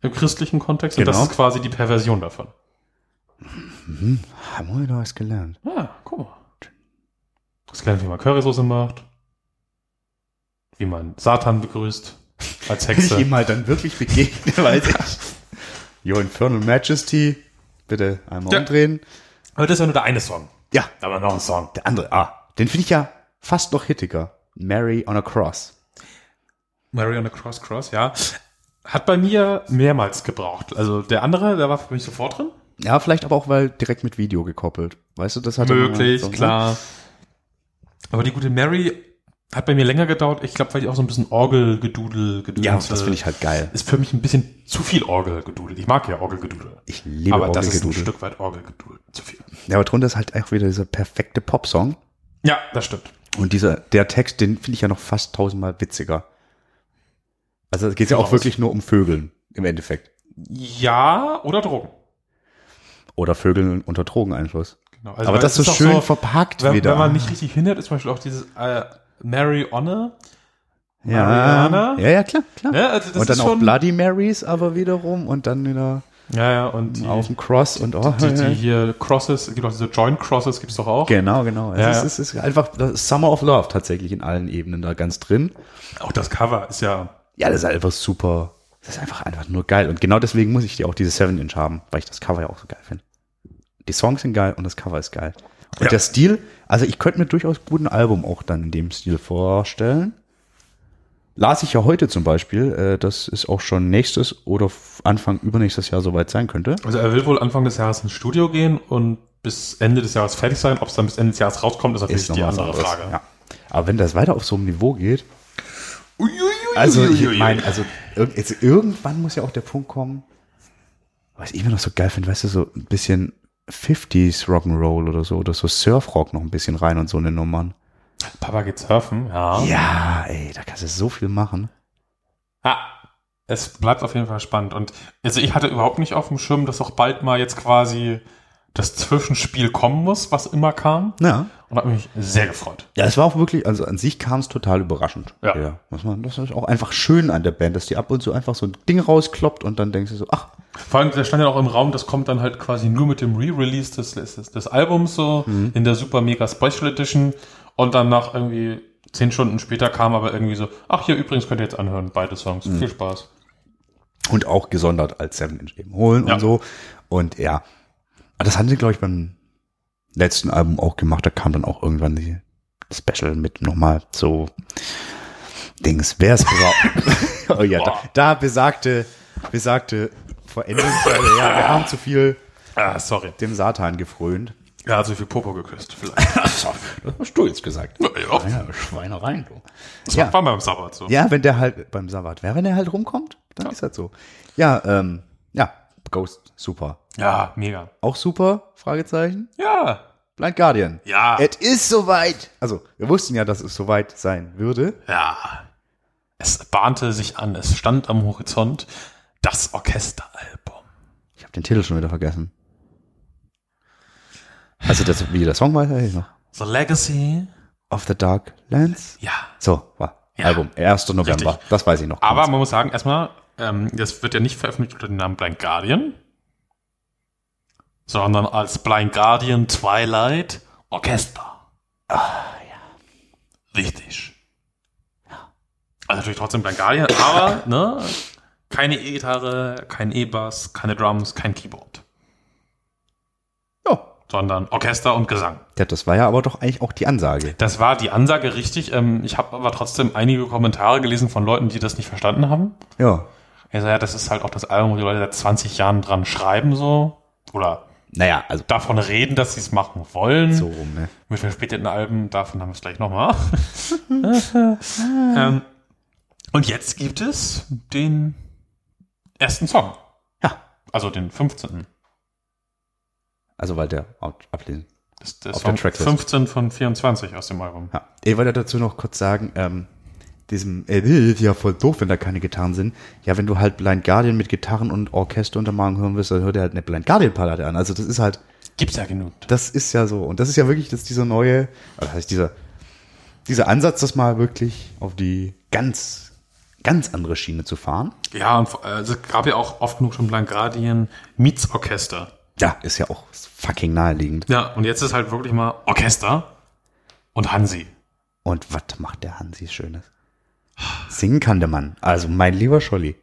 B: im christlichen Kontext und
C: Genau.
B: das ist quasi die Perversion davon.
C: Haben wir da was gelernt?
B: Ja, Ah, guck mal. Das lernt, wie man Currysoße macht. Wie man Satan begrüßt. Als
C: Wenn ich ihm
B: Hexe.
C: mal dann wirklich begegne, weiß ich. Your Infernal Majesty. Bitte einmal
B: Ja.
C: umdrehen.
B: Aber das ist ja nur der eine Song.
C: Ja,
B: Aber noch ein Song.
C: der andere. Ah, den finde ich ja fast noch hittiger. Mary on a Cross.
B: Mary on the Cross Cross, ja. Hat bei mir mehrmals gebraucht. Also der andere, der war für mich sofort drin.
C: Ja, vielleicht aber auch, weil direkt mit Video gekoppelt. Weißt du, das hat
B: Möglich,
C: so- ne?
B: klar. Aber die gute Mary hat bei mir länger gedauert. Ich glaube, weil die auch so ein bisschen Orgelgedudel gedudelt
C: Ja, das finde ich halt geil.
B: Ist für mich ein bisschen zu viel Orgelgedudel. Ich mag ja Orgelgedudel.
C: Ich liebe
B: Aber das ist ein
C: Orgelgedudel.
B: Stück weit Orgelgedudel. Zu viel.
C: Ja, aber drunter ist halt auch wieder dieser perfekte Popsong.
B: Ja, das stimmt.
C: Und dieser, der Text, den finde ich ja noch fast tausendmal witziger. Also es geht ja auch
B: Raus.
C: wirklich nur um Vögeln im Endeffekt.
B: Ja, oder Drogen.
C: Oder Vögeln unter Drogeneinfluss.
B: Genau.
C: aber
B: weil
C: das
B: es
C: so
B: doch
C: schön verpackt
B: wenn,
C: wieder.
B: wenn man nicht richtig hinhört, ist zum Beispiel auch dieses äh, Mary Honor.
C: ja,
B: Mariana.
C: ja, ja, klar, klar.
B: Ne? Also das
C: und dann
B: ist
C: auch
B: schon-
C: Bloody Marys aber wiederum und dann wieder
B: Ja, ja, und die,
C: auf dem Cross und oh,
B: die, die hier Crosses, es gibt auch diese Joint Crosses, gibt's doch auch.
C: Genau, genau. Es,
B: Ja,
C: ist,
B: ja.
C: es ist einfach das Summer of Love tatsächlich in allen Ebenen da ganz drin.
B: Auch das Cover ist ja.
C: Ja, das ist einfach super. Das ist einfach, einfach nur geil. Und genau deswegen muss ich die auch diese 7-Inch haben, weil ich das Cover ja auch so geil finde. Die Songs sind geil und das Cover ist geil. Und
B: Ja.
C: der Stil, also ich könnte mir durchaus gut ein Album auch dann in dem Stil vorstellen. Las ich ja heute zum Beispiel, äh, dass es auch schon nächstes oder f- Anfang übernächstes Jahr soweit sein könnte.
B: Also er will wohl Anfang des Jahres ins Studio gehen und bis Ende des Jahres fertig sein. Ob es dann bis Ende des Jahres rauskommt, ist natürlich
C: noch
B: die
C: was
B: andere
C: anderes.
B: Frage.
C: Ja. Aber wenn das weiter auf so einem Niveau geht,
B: Uiuiui.
C: Also, ich meine, also irg- jetzt, irgendwann muss ja auch der Punkt kommen, was ich mir noch so geil finde, weißt du, so ein bisschen 50s Rock'n'Roll oder so, oder so Surfrock noch ein bisschen rein und so eine Nummern.
B: Papa geht surfen, ja.
C: Ja, ey, da kannst du so viel machen.
B: Ah, es bleibt auf jeden Fall spannend. Und also ich hatte überhaupt nicht auf dem Schirm, dass auch bald mal jetzt quasi das Zwischenspiel kommen muss, was immer kam.
C: Ja.
B: Und habe mich sehr gefreut.
C: Ja, es war auch wirklich, also an sich kam es total überraschend.
B: Ja.
C: muss man, das ist auch einfach schön an der Band, dass die ab und zu einfach so ein Ding rauskloppt und dann denkst du so, ach,
B: Vor allem, da stand ja auch im Raum, das kommt dann halt quasi nur mit dem Re-Release des, des, des Albums so in der Super Mega Special Edition. Und dann nach irgendwie zehn Stunden später kam aber irgendwie so, ach hier übrigens könnt ihr jetzt anhören, beide Songs. Viel Spaß.
C: Und auch gesondert als 7-Inch eben holen
B: Ja.
C: und so. Und ja. Aber das haben sie, glaube ich, beim letzten Album auch gemacht. Da kam dann auch irgendwann die Special mit nochmal so Dings. Wer es braucht. oh ja, da, da besagte, besagte Veränderung. ja, wir haben zu viel
B: Ah, sorry.
C: dem Satan gefrönt.
B: Ja, hat so viel Popo geküsst vielleicht.
C: Das hast du jetzt gesagt.
B: ja,
C: Ja, Schweinereien, du.
B: das
C: Ja.
B: war beim Sabbat so.
C: Ja, wenn der halt beim Sabbat wäre, wenn der halt rumkommt, dann ist das so. Ja, ähm, ja, Ghost, super.
B: ja mega.
C: Auch super? Fragezeichen.
B: Ja,
C: Blind Guardian.
B: Ja.
C: Es ist soweit. Also, wir wussten ja, dass es soweit sein würde.
B: Ja. Es bahnte sich an, es stand am Horizont das Orchesteralbum.
C: Ich habe den Titel schon wieder vergessen. Also, das, wie der Song war, weiß ich noch.
B: The Legacy.
C: Of the Dark Lands.
B: Ja.
C: So, war
B: Ja.
C: Album. 1. November.
B: Richtig.
C: Das weiß ich noch.
B: Aber
C: ganz.
B: man muss sagen, erstmal, ähm, das wird ja nicht veröffentlicht unter dem Namen Blind Guardian, sondern als Blind Guardian Twilight Orchester. Ah, ja. Wichtig. Also natürlich trotzdem Blind Guardian, aber, ne? Keine E-Gitarre, kein E-Bass, keine Drums, kein Keyboard.
C: Ja.
B: Sondern Orchester und Gesang.
C: Ja, das war ja aber doch eigentlich auch die Ansage.
B: Das war die Ansage richtig. Ähm, ich habe aber trotzdem einige Kommentare gelesen von Leuten, die das nicht verstanden haben.
C: Ja.
B: Er sagt, ja, das ist halt auch das Album, wo die Leute seit 20 Jahren dran schreiben so. Oder
C: Naja, also
B: davon reden, dass sie es machen wollen.
C: so rum, ne?
B: Mit verspäteten Alben, davon haben wir es gleich nochmal. ähm, und jetzt gibt es den ersten Song.
C: Ja.
B: Also den 15.
C: Also weil der Out ablesen.
B: Das ist der
C: Auf
B: Song
C: der Tracklist.
B: 15 von 24 aus dem Album.
C: Ja. Ich wollte dazu noch kurz sagen, ähm, diesem, äh, ist ja voll doof, wenn da keine Gitarren sind. Ja, wenn du halt Blind Guardian mit Gitarren und Orchester untermalen hören willst, dann hört er halt eine Blind Guardian Palette an. Also das ist halt,
B: Gibt's ja genug.
C: das ist ja so. Und das ist ja wirklich, dass dieser neue, also das heißt dieser, dieser Ansatz, das mal wirklich auf die ganz, ganz andere Schiene zu fahren.
B: Ja, und vor- also es gab ja auch oft genug schon Blind Guardian Meets Orchester.
C: Ja, ist ja auch fucking naheliegend.
B: Ja, und jetzt ist halt wirklich mal Orchester und Hansi.
C: Und was macht der Hansi Schönes? Singen kann der Mann. Also mein lieber Scholli.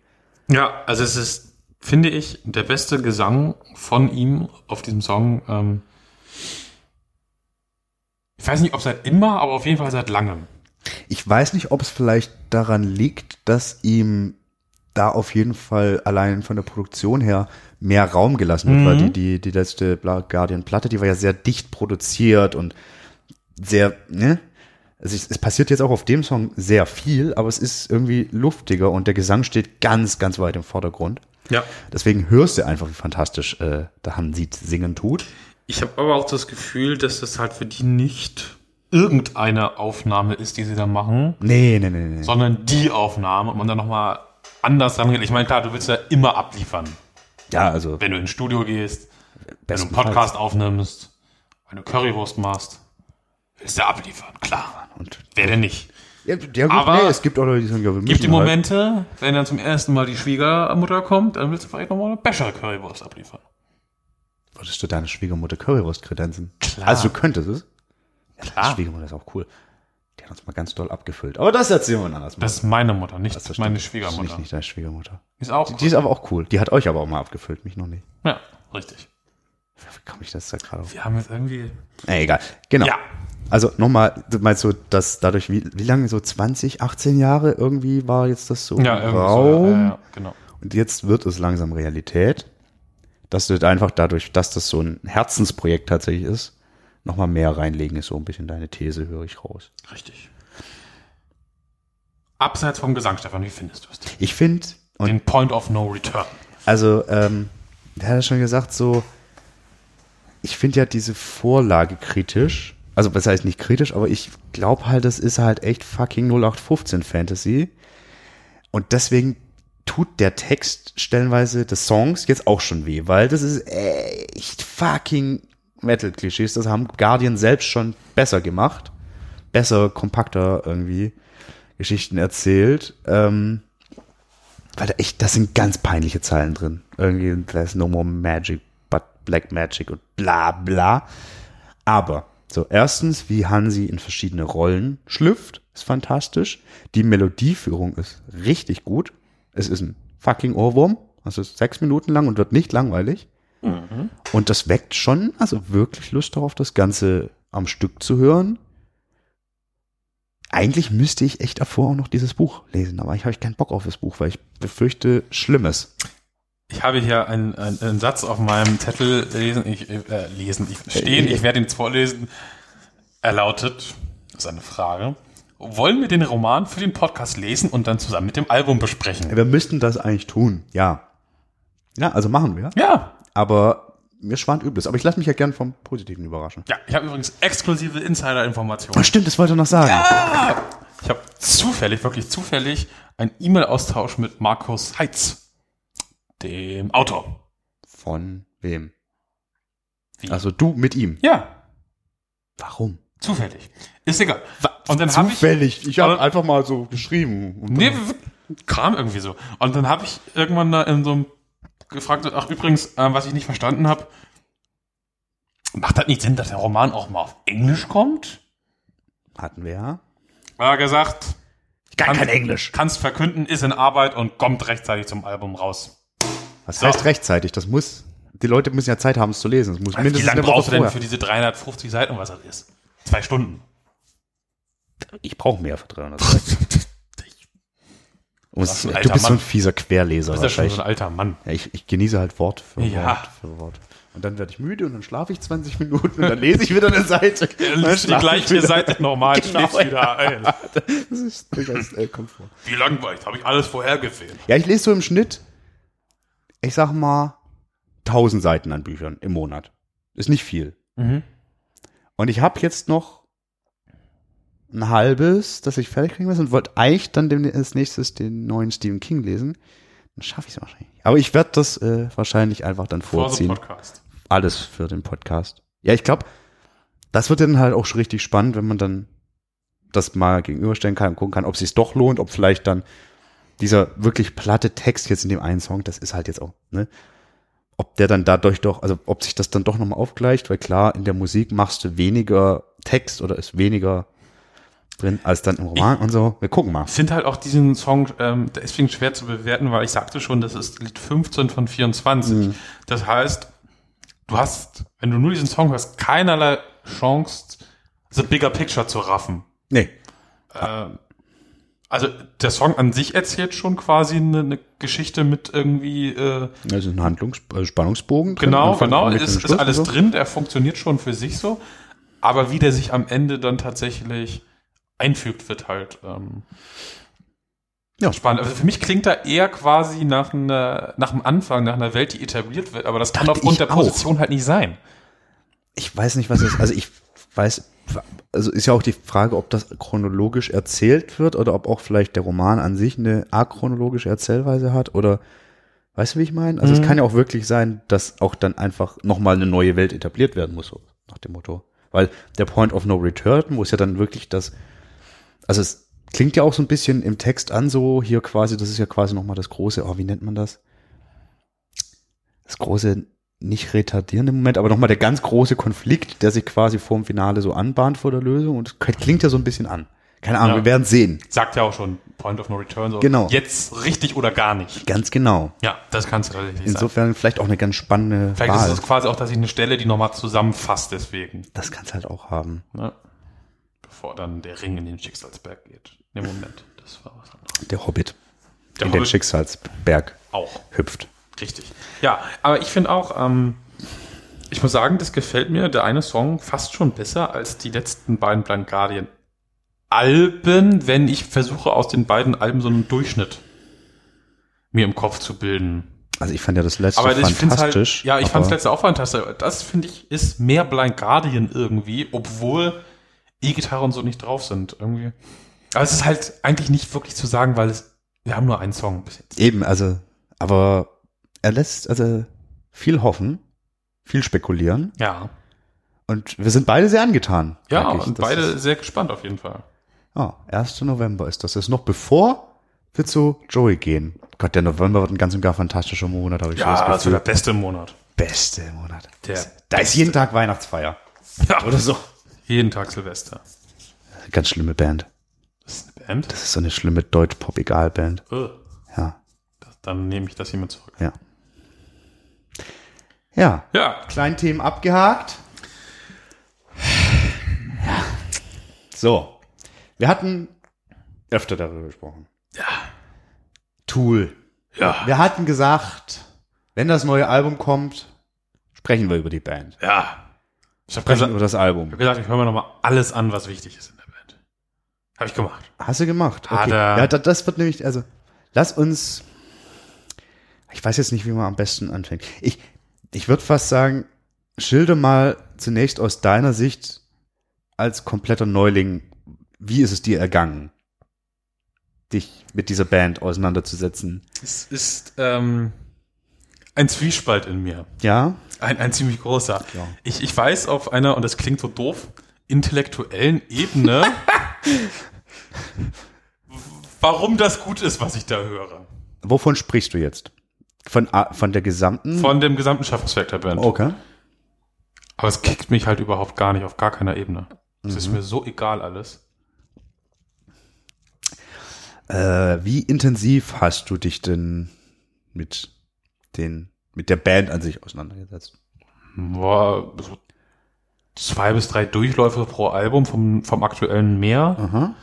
B: Ja, also es ist, finde ich, der beste Gesang von ihm auf diesem Song. Ähm ich weiß nicht, ob seit immer, aber auf jeden Fall seit langem.
C: Ich weiß nicht, ob es vielleicht daran liegt, dass ihm da auf jeden Fall allein von der Produktion her mehr Raum gelassen wird, weil
B: Mhm.
C: die, die, die letzte Black Guardian Platte, die war ja sehr dicht produziert und sehr, ne? Also es, es passiert jetzt auch auf dem Song sehr viel, aber es ist irgendwie luftiger und der Gesang steht ganz, ganz weit im Vordergrund.
B: Ja.
C: Deswegen hörst du einfach, wie fantastisch äh, der Hansi singen tut.
B: Ich habe aber auch das Gefühl, dass das halt für die nicht irgendeine Aufnahme ist, die sie da machen,
C: Nee, nee, nee, nee.
B: sondern die Aufnahme und man dann nochmal anders rangeht. Ich meine, klar, du willst ja immer abliefern,
C: Ja, also
B: wenn du ins Studio gehst, Wenn du einen
C: bestenfalls.
B: Podcast aufnimmst, wenn du Currywurst machst, willst du abliefern, klar.
C: Und,
B: Wer denn nicht?
C: ja, ja gut,
B: Aber-
C: nee, es gibt auch Leute, die sagen, ja, wir
B: Gibt die
C: müssen halt-
B: Momente, wenn dann zum ersten Mal die Schwiegermutter kommt, dann willst du vielleicht nochmal eine bessere Currywurst abliefern.
C: Würdest du deine Schwiegermutter Currywurst kredenzen?
B: Klar. Ah.
C: Also du könntest es. Ja,
B: Klar.
C: Die Schwiegermutter ist auch cool. Die hat uns mal ganz doll abgefüllt. Aber das erzählen wir anders mal.
B: Das ist meine Mutter, nicht
C: Das stimmt.
B: meine
C: Das ist
B: Schwiegermutter.
C: nicht deine Schwiegermutter.
B: Ist auch
C: Die ist aber auch cool. Die hat euch aber auch mal abgefüllt, mich noch nicht.
B: Ja, richtig.
C: Wie komme ich das da gerade auf?
B: Wir haben jetzt irgendwie.
C: Äh, egal. Genau.
B: Ja.
C: Also nochmal, du meinst du, dass dadurch, wie, wie lange, so 20, 18 Jahre irgendwie war jetzt das so im
B: Ja, irgendwie
C: Raum?
B: so. Ja, ja, ja, genau.
C: Und jetzt wird es langsam Realität, dass du einfach dadurch, dass das so ein Herzensprojekt tatsächlich ist, nochmal mehr reinlegen, ist so ein bisschen deine These, höre ich raus.
B: Richtig. Abseits vom Gesang, Stefan, wie findest du es? denn?
C: Ich finde, und
B: Den Point of No Return.
C: also, ähm, der hat ja schon gesagt, so, ich finde ja diese Vorlage kritisch. Also, was heißt nicht kritisch, aber ich glaube halt, das ist halt echt fucking 0815 Fantasy. Und deswegen tut der Text stellenweise des Songs jetzt auch schon weh, weil das ist echt fucking Metal-Klischees. Das haben Guardian selbst schon besser gemacht. Besser, kompakter irgendwie Geschichten erzählt. Ähm, weil da echt, da sind ganz peinliche Zeilen drin. Irgendwie, there's no more magic, but black magic und bla bla. Aber so erstens, wie Hansi in verschiedene Rollen schlüpft, ist fantastisch. Die Melodieführung ist richtig gut. Es ist ein fucking Ohrwurm. Also, Es ist sechs Minuten lang und wird nicht langweilig. Und das weckt schon, also wirklich Lust darauf, das Ganze am Stück zu hören. Eigentlich müsste ich echt davor auch noch dieses Buch lesen, aber ich habe keinen Bock auf das Buch, weil ich befürchte Schlimmes.
B: Ich habe hier einen, einen, einen Satz auf meinem Zettel lesen, ich, äh, lesen, ich, stehen, ich werde ihn jetzt vorlesen. Er lautet, das ist eine Frage, wollen wir den Roman für den Podcast lesen und dann zusammen mit dem Album besprechen?
C: Wir müssten das eigentlich tun, ja. Ja, also machen wir.
B: Ja.
C: Aber mir schwant Übles. Aber ich lasse mich ja gern vom Positiven überraschen.
B: Ja, ich habe übrigens exklusive
C: Oh,
B: Insider-Informationen.
C: stimmt, das wollte ich noch sagen.
B: Ich habe zufällig, wirklich zufällig, einen E-Mail-Austausch mit Markus Heitz, dem Autor.
C: Von wem?
B: Wie?
C: Also du mit ihm.
B: Ja,
C: Warum?
B: zufällig. Ist egal. Und dann habe ich
C: Zufällig. Ich
B: Aber-
C: habe einfach mal so geschrieben. Und
B: Nee, w- kam irgendwie so. Und dann habe ich irgendwann da in so einem gefragt, ach übrigens, äh, was ich nicht verstanden habe, macht das nicht Sinn, dass der Roman auch mal auf Englisch kommt?
C: Hatten wir ja.
B: War gesagt,
C: Ich kann
B: Kann-
C: kein Englisch.
B: Kannst verkünden, ist in Arbeit und kommt rechtzeitig zum Album raus.
C: Was
B: So.
C: heißt rechtzeitig? Das muss. Die Leute müssen ja Zeit haben, es zu lesen. Es muss
B: Wie
C: mindestens
B: lange
C: eine Woche
B: brauchst du denn
C: vorher.
B: für diese 350 Seiten, was das ist? Zwei Stunden.
C: Ich brauche mehr für 300 Seiten. Und
B: Ach,
C: du
B: alter
C: bist so ein
B: Mann.
C: fieser Querleser
B: Ist ja schon
C: wahrscheinlich.
B: so ein alter Mann.
C: Ja, ich, ich genieße halt Wort für
B: Ja.
C: Wort für Wort. Und dann werde ich müde und dann schlafe ich 20 Minuten und dann lese ich wieder eine Seite. Dann
B: Liest die
C: schlafe ich
B: gleiche
C: wieder.
B: Seite nochmal,
C: Genau,
B: schläfst wieder ein.
C: Das ist durchaus äh, Komfort.
B: Wie langweilig, habe ich alles vorhergesehen.
C: Ja, ich lese so im Schnitt, ich sag mal, 1000 Seiten an Büchern im Monat. Ist nicht viel.
B: Mhm.
C: Und ich habe jetzt noch ein halbes, das ich fertig kriegen muss und wollte eigentlich dann dem, als nächstes den neuen Stephen King lesen. Dann schaffe ich es wahrscheinlich. nicht. Aber ich werde das äh, wahrscheinlich einfach dann
B: Vor dem
C: vorziehen.
B: Podcast.
C: Alles für den Podcast. Ja, ich glaube, das wird dann halt auch schon richtig spannend, wenn man dann das mal gegenüberstellen kann und gucken kann, ob es sich doch lohnt, ob vielleicht dann dieser wirklich platte Text jetzt in dem einen Song, das ist halt jetzt auch, ne? Ob der dann dadurch doch, also ob sich das dann doch nochmal aufgleicht, weil klar, in der Musik machst du weniger Text oder ist weniger drin als dann im Roman und so. Wir gucken mal.
B: Ich finde halt auch diesen Song ähm, deswegen schwer zu bewerten, weil ich sagte schon, das ist Lied 15 von 24. Das heißt, du hast, wenn du nur diesen Song hörst, keinerlei Chance, The Bigger Picture zu raffen.
C: Nee.
B: Ähm, also der Song an sich erzählt schon quasi eine, eine Geschichte mit irgendwie äh,
C: Das ist ein Handlungs-, äh, Spannungsbogen. drin,
B: genau,
C: Anfang,
B: genau,
C: Mitte und
B: ist, ist
C: Schluss und
B: alles
C: so.
B: drin, der funktioniert schon für sich so, aber wie der sich am Ende dann tatsächlich einfügt, wird halt ähm,
C: Ja.
B: spannend. Also für mich klingt da eher quasi nach, einer, nach dem Anfang, nach einer Welt, die etabliert wird, aber das kann
C: Dachte ich
B: aufgrund der
C: auch.
B: Position halt nicht sein.
C: ich weiß nicht, was es ist. Also ich weiß, also ist ja auch die Frage, ob das chronologisch erzählt wird oder ob auch vielleicht der Roman an sich eine achronologische Erzählweise hat oder weißt du, wie ich meine? Also es
B: Mhm.
C: kann ja auch wirklich sein, dass auch dann einfach nochmal eine neue Welt etabliert werden muss, so nach dem Motto. Weil der Point of No Return, wo es ja dann wirklich das, also es klingt ja auch so ein bisschen im Text an, so hier quasi, das ist ja quasi nochmal das große, oh, wie nennt man das? das große, nicht retardierende Moment, aber nochmal der ganz große Konflikt, der sich quasi vor dem Finale so anbahnt vor der Lösung. Und es klingt ja so ein bisschen an. Keine Ahnung,
B: Ja.
C: wir werden sehen.
B: Sagt ja auch schon Point of No Return so.
C: Genau.
B: Jetzt richtig oder gar nicht.
C: Ganz genau.
B: Ja, das kannst du tatsächlich sagen.
C: Insofern vielleicht auch eine ganz spannende
B: Vielleicht
C: Wahl.
B: ist es quasi auch, dass ich eine Stelle, die nochmal zusammenfasst, deswegen.
C: das kann's halt auch haben.
B: Ne? Bevor dann der Ring in den Schicksalsberg geht. Ne, Moment, das war was anderes.
C: Der Hobbit
B: Der
C: in den
B: Hobbit
C: Schicksalsberg
B: auch,
C: hüpft.
B: richtig. Ja, aber ich finde auch, ähm, ich muss sagen, das gefällt mir, der eine Song, fast schon besser als die letzten beiden Blind Guardian Alben, wenn ich versuche, aus den beiden Alben so einen Durchschnitt mir im Kopf zu bilden.
C: Also ich fand ja das letzte
B: aber ich find's
C: fantastisch.
B: halt, ja, ich
C: aber
B: fand's letzte auch fantastisch. aber Das finde ich ist mehr Blind Guardian irgendwie, obwohl E-Gitarre und so nicht drauf sind irgendwie. Aber es ist halt eigentlich nicht wirklich zu sagen, weil es, wir haben nur einen Song bis jetzt.
C: Eben, also, aber er lässt also viel hoffen, viel spekulieren.
B: Ja,
C: Und wir sind beide sehr angetan.
B: ja,
C: merke ich.
B: und
C: Das
B: beide
C: ist-
B: sehr gespannt auf jeden Fall.
C: Ah, 1. November ist das. Das ist noch bevor wir zu Joey gehen. Gott, der November wird ein ganz und gar fantastischer Monat, habe ich so das Gefühl.
B: also beste Monat.
C: beste Monat.
B: Der
C: da ist jeden Tag Weihnachtsfeier.
B: Ja.
C: Oder so.
B: Jeden Tag Silvester.
C: Ganz schlimme Band.
B: Das ist eine Band.
C: Das ist so eine schlimme Deutsch-Pop-Egal-Band.
B: Äh,
C: Ja,
B: das- Dann nehme ich das hier mit zurück.
C: ja. Ja.
B: Ja,
C: Kleinthemen abgehakt. Ja. So. Wir hatten öfter darüber gesprochen. Ja. Tool.
A: Ja.
C: Wir hatten gesagt, wenn das neue Album kommt, sprechen wir über die Band.
A: Ja.
B: ich habe
C: Sprechen
B: gesagt,
C: über das Album.
B: hab gesagt, ich höre mir nochmal alles an, was wichtig ist in der Band. Habe ich gemacht.
C: Hast du gemacht?
B: Hat er.
C: Ja, da- das wird nämlich, also, lass uns. Ich weiß jetzt nicht, wie man am besten anfängt. Ich, ich würde fast sagen, schilde mal zunächst aus deiner Sicht als kompletter Neuling, wie ist es dir ergangen, dich mit dieser Band auseinanderzusetzen?
B: Es ist ähm, ein Zwiespalt in mir.
C: Ja?
B: Ein, ein ziemlich großer.
C: Ja.
B: Ich, ich weiß auf einer, und das klingt so doof, intellektuellen Ebene, w- warum das gut ist, was ich da höre.
C: Wovon sprichst du jetzt? Von, a- von der gesamten?
B: Von dem gesamten Schaffungswerk der Band.
C: Mhm. Okay.
B: Aber es kickt mich halt überhaupt gar nicht, auf gar keiner Ebene. Es ist mir so egal alles.
C: Äh, wie intensiv hast du dich denn mit den, mit der Band an sich auseinandergesetzt?
B: Boah, so zwei bis drei Durchläufe pro Album vom, vom aktuellen mehr.
C: Aha.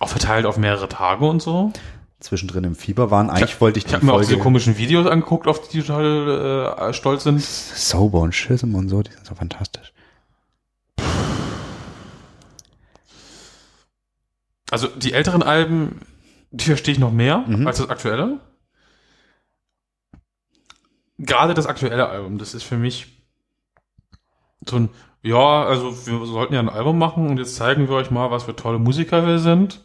B: Auch verteilt auf mehrere Tage und so.
C: Zwischendrin im Fieber waren. Eigentlich
B: hab-
C: wollte ich
B: Ich
C: die
B: habe mir auch
C: Folge
B: diese komischen Videos angeguckt, auf die die total äh, stolz sind.
C: sauber und Schism und so, die sind so fantastisch.
B: Also die älteren Alben, die verstehe ich noch mehr
C: Mhm.
B: als das aktuelle. Gerade das aktuelle Album, das ist für mich so ein, ja, also wir sollten ja ein Album machen und jetzt zeigen wir euch mal, was für tolle Musiker wir sind.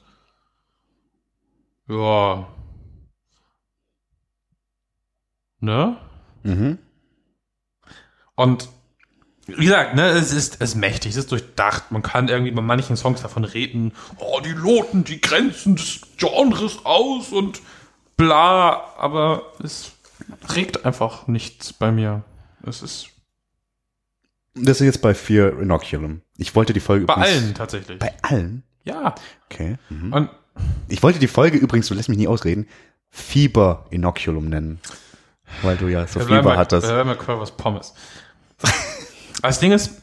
B: Ja. Ne?
C: Mhm.
B: Und wie gesagt, ne, es ist, es ist mächtig, es ist durchdacht. Man kann irgendwie bei manchen Songs davon reden, oh, die loten die Grenzen des Genres aus und bla, aber es regt einfach nichts bei mir. Es ist
C: Das ist jetzt bei vier Inoculum. Ich wollte die Folge
B: bei
C: übrigens-
B: allen tatsächlich.
C: Bei allen?
B: ja.
C: Okay. Mhm.
B: Und
C: Ich wollte die Folge übrigens, du lässt mich nie ausreden, Fieber Inoculum nennen. Weil du ja so
B: wir bleiben
C: Fieber
B: bei-
C: hattest.
B: Wir bleiben bei Curvers Pommes. Also, das Ding ist,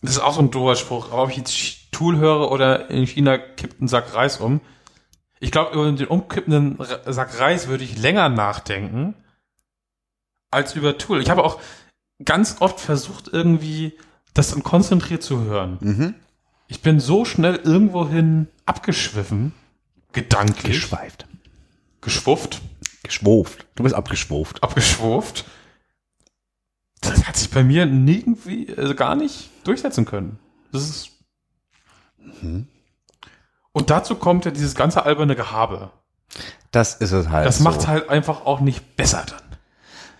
B: das ist auch so ein doofer Spruch, aber ob ich jetzt Tool höre oder in China kippt ein Sack Reis um. Ich glaube, über den umkippenden Re- Sack Reis würde ich länger nachdenken als über Tool. Ich habe auch ganz oft versucht, irgendwie das dann konzentriert zu hören.
C: Mhm.
B: Ich bin so schnell irgendwohin abgeschwiffen, gedanklich,
C: Geschweift.
B: geschwufft.
C: Geschwurft. Du bist abgeschwurft.
B: abgeschwurft. Das hat sich bei mir irgendwie also gar nicht durchsetzen können. Das ist. Und dazu kommt ja dieses ganze alberne Gehabe.
C: Das ist es halt.
B: Das
C: so.
B: macht's halt einfach auch nicht besser dann.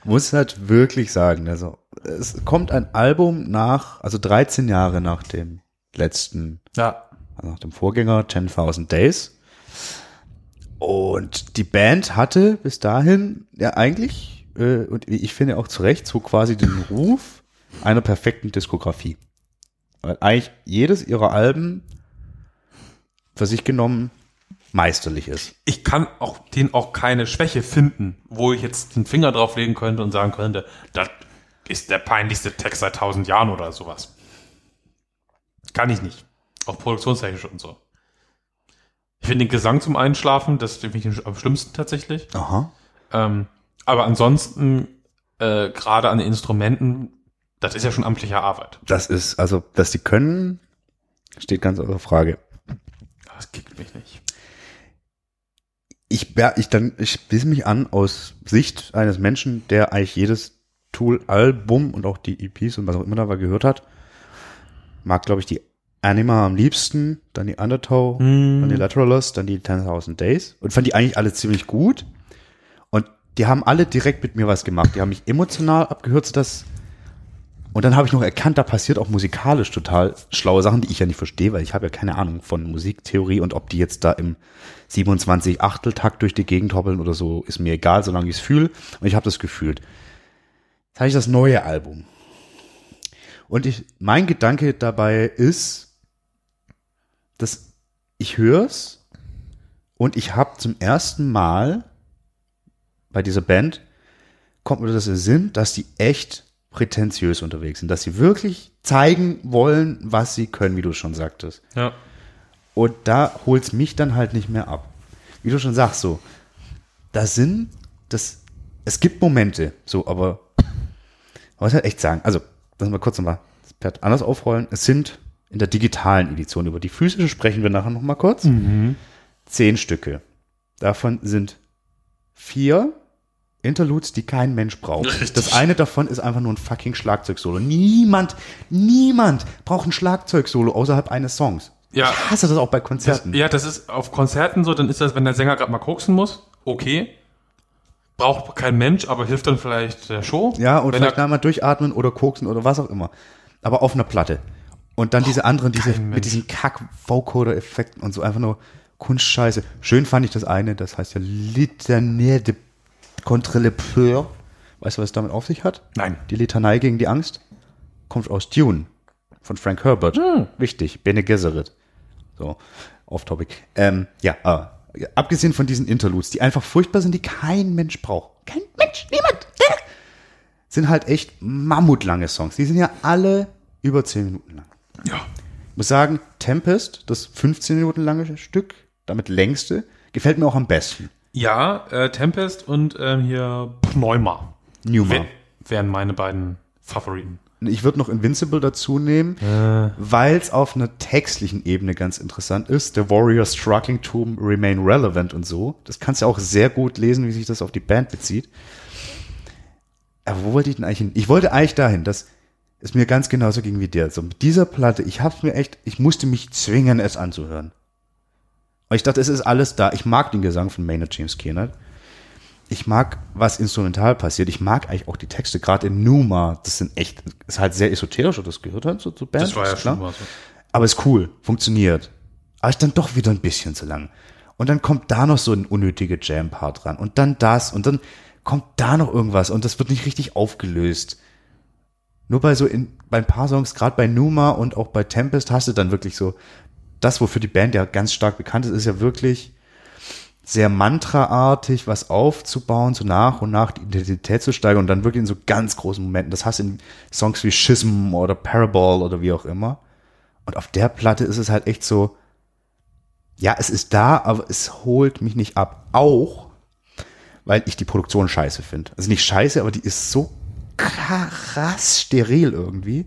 C: Muss halt wirklich sagen. Also, es kommt ein Album nach, also 13 Jahre nach dem letzten
B: Ja.
C: also nach dem Vorgänger 10.000 Days. Und die Band hatte bis dahin ja eigentlich, äh, und ich finde auch zu Recht, so quasi den Ruf einer perfekten Diskografie. Weil eigentlich jedes ihrer Alben für sich genommen meisterlich ist.
B: Ich kann auch den auch keine Schwäche finden, wo ich jetzt den Finger drauflegen könnte und sagen könnte, das ist der peinlichste Text seit tausend Jahren oder sowas. Kann ich nicht. Auch produktionstechnisch und so. Ich finde den Gesang zum Einschlafen, das finde ich am schlimmsten tatsächlich.
C: Aha.
B: Ähm, aber ansonsten, äh, gerade an den Instrumenten, das ist ja schon amtliche Arbeit.
C: Das ist, also, dass sie können, steht ganz außer Frage.
B: Das kickt mich nicht.
C: ich, ber- ich dann, ich schließe mich an aus Sicht eines Menschen, der eigentlich jedes Tool-Album und auch die EPs und was auch immer dabei gehört hat. Mag, glaube ich, die Anima am liebsten, dann die Undertow,
B: Hm.
C: dann die Lateralus, dann die 10.000 Days. Und fand die eigentlich alle ziemlich gut. Und die haben alle direkt mit mir was gemacht. Die haben mich emotional abgehört, sodass. Und dann habe ich noch erkannt, da passiert auch musikalisch total schlaue Sachen, die ich ja nicht verstehe, weil ich habe ja keine Ahnung von Musiktheorie und ob die jetzt da im 27 Achteltakt durch die Gegend hoppeln oder so, ist mir egal, solange ich es fühle. Und ich habe das gefühlt. Jetzt habe ich das neue Album. Und ich, mein Gedanke dabei ist, dass ich hör's und ich habe zum ersten Mal bei dieser Band kommt mir das in den Sinn, dass die echt prätentiös unterwegs sind, dass sie wirklich zeigen wollen, was sie können, wie du schon sagtest.
B: Ja.
C: Und da holt's mich dann halt nicht mehr ab. Wie du schon sagst, so, da sind, das, es gibt Momente, so, aber man muss halt echt sagen, also, lass mal kurz nochmal das Blatt anders aufrollen. Es sind in der digitalen Edition, über die physische sprechen wir nachher nochmal kurz,
B: Mhm.
C: zehn Stücke. Davon sind vier Interludes, die kein Mensch braucht.
B: Richtig.
C: Das eine davon ist einfach nur ein fucking Schlagzeugsolo. Niemand, niemand braucht ein Schlagzeugsolo außerhalb eines Songs.
B: Ja.
C: Ich hasse das auch bei
B: Das,
C: Konzerten.
B: ja, das ist auf Konzerten so, dann ist das, wenn der Sänger gerade mal koksen muss, okay. Braucht kein Mensch, aber hilft dann vielleicht der Show.
C: Ja, und
B: wenn
C: vielleicht
B: er,
C: einmal durchatmen oder koksen oder was auch immer. Aber auf einer Platte. Und dann diese anderen, diese
B: Oh, kein Mensch.
C: mit diesen Kack-Vocoder-Effekten und so einfach nur Kunstscheiße. Schön fand ich das eine, das heißt ja Litanée de contre le peur. Weißt du, was es damit auf sich hat?
B: Nein.
C: Die Litanei gegen die
B: Hm.
C: Angst kommt aus Dune von Frank Herbert. Wichtig, Bene Gesserit. So, off-topic. Ähm, ja, aber abgesehen von diesen Interludes, die einfach furchtbar sind, die kein Mensch braucht. Kein Mensch, niemand. Sind halt echt mammutlange Songs. Die sind ja alle über 10 Minuten lang.
B: Ja.
C: muss sagen, Tempest, das 15 Minuten lange Stück, damit längste, gefällt mir auch am besten.
B: Ja, äh, Tempest und ähm, hier Pneuma.
C: Newman.
B: Wär- Wären meine beiden Favoriten.
C: Ich würde noch Invincible dazu nehmen, weil es auf einer textlichen Ebene ganz interessant ist. The Warrior Struggling to Remain Relevant und so. Das kannst du auch sehr gut lesen, wie sich das auf die Band bezieht. Aber wo wollte ich denn eigentlich hin? Ich wollte eigentlich dahin, dass es mir ganz genauso ging wie dir. So mit dieser Platte, ich hab's mir echt, ich musste mich zwingen, es anzuhören. Und ich dachte, es ist alles da. Ich mag den Gesang von Maynard James Keenan. Ich mag, was instrumental passiert. Ich mag eigentlich auch die Texte. Gerade in Numa, das sind echt, ist halt sehr esoterisch, ob das gehört hat, so zu Band. ist klar.
B: mal so.
C: Aber ist cool, funktioniert. Aber ist dann doch wieder ein bisschen zu lang. Und dann kommt da noch so ein unnötiger Jam-Part ran. Und dann das. Und dann kommt da noch irgendwas. Und das wird nicht richtig aufgelöst. Nur bei so in, bei ein paar Songs, gerade bei Numa und auch bei Tempest, hast du dann wirklich so, das, wofür die Band ja ganz stark bekannt ist, ist ja wirklich sehr Mantra-artig was aufzubauen, so nach und nach die Identität zu steigern und dann wirklich in so ganz großen Momenten. Das hast du in Songs wie Schism oder Parable oder wie auch immer. Und auf der Platte ist es halt echt so, ja, es ist da, aber es holt mich nicht ab. Auch, weil ich die Produktion scheiße finde. Also nicht scheiße, aber die ist so krass steril irgendwie.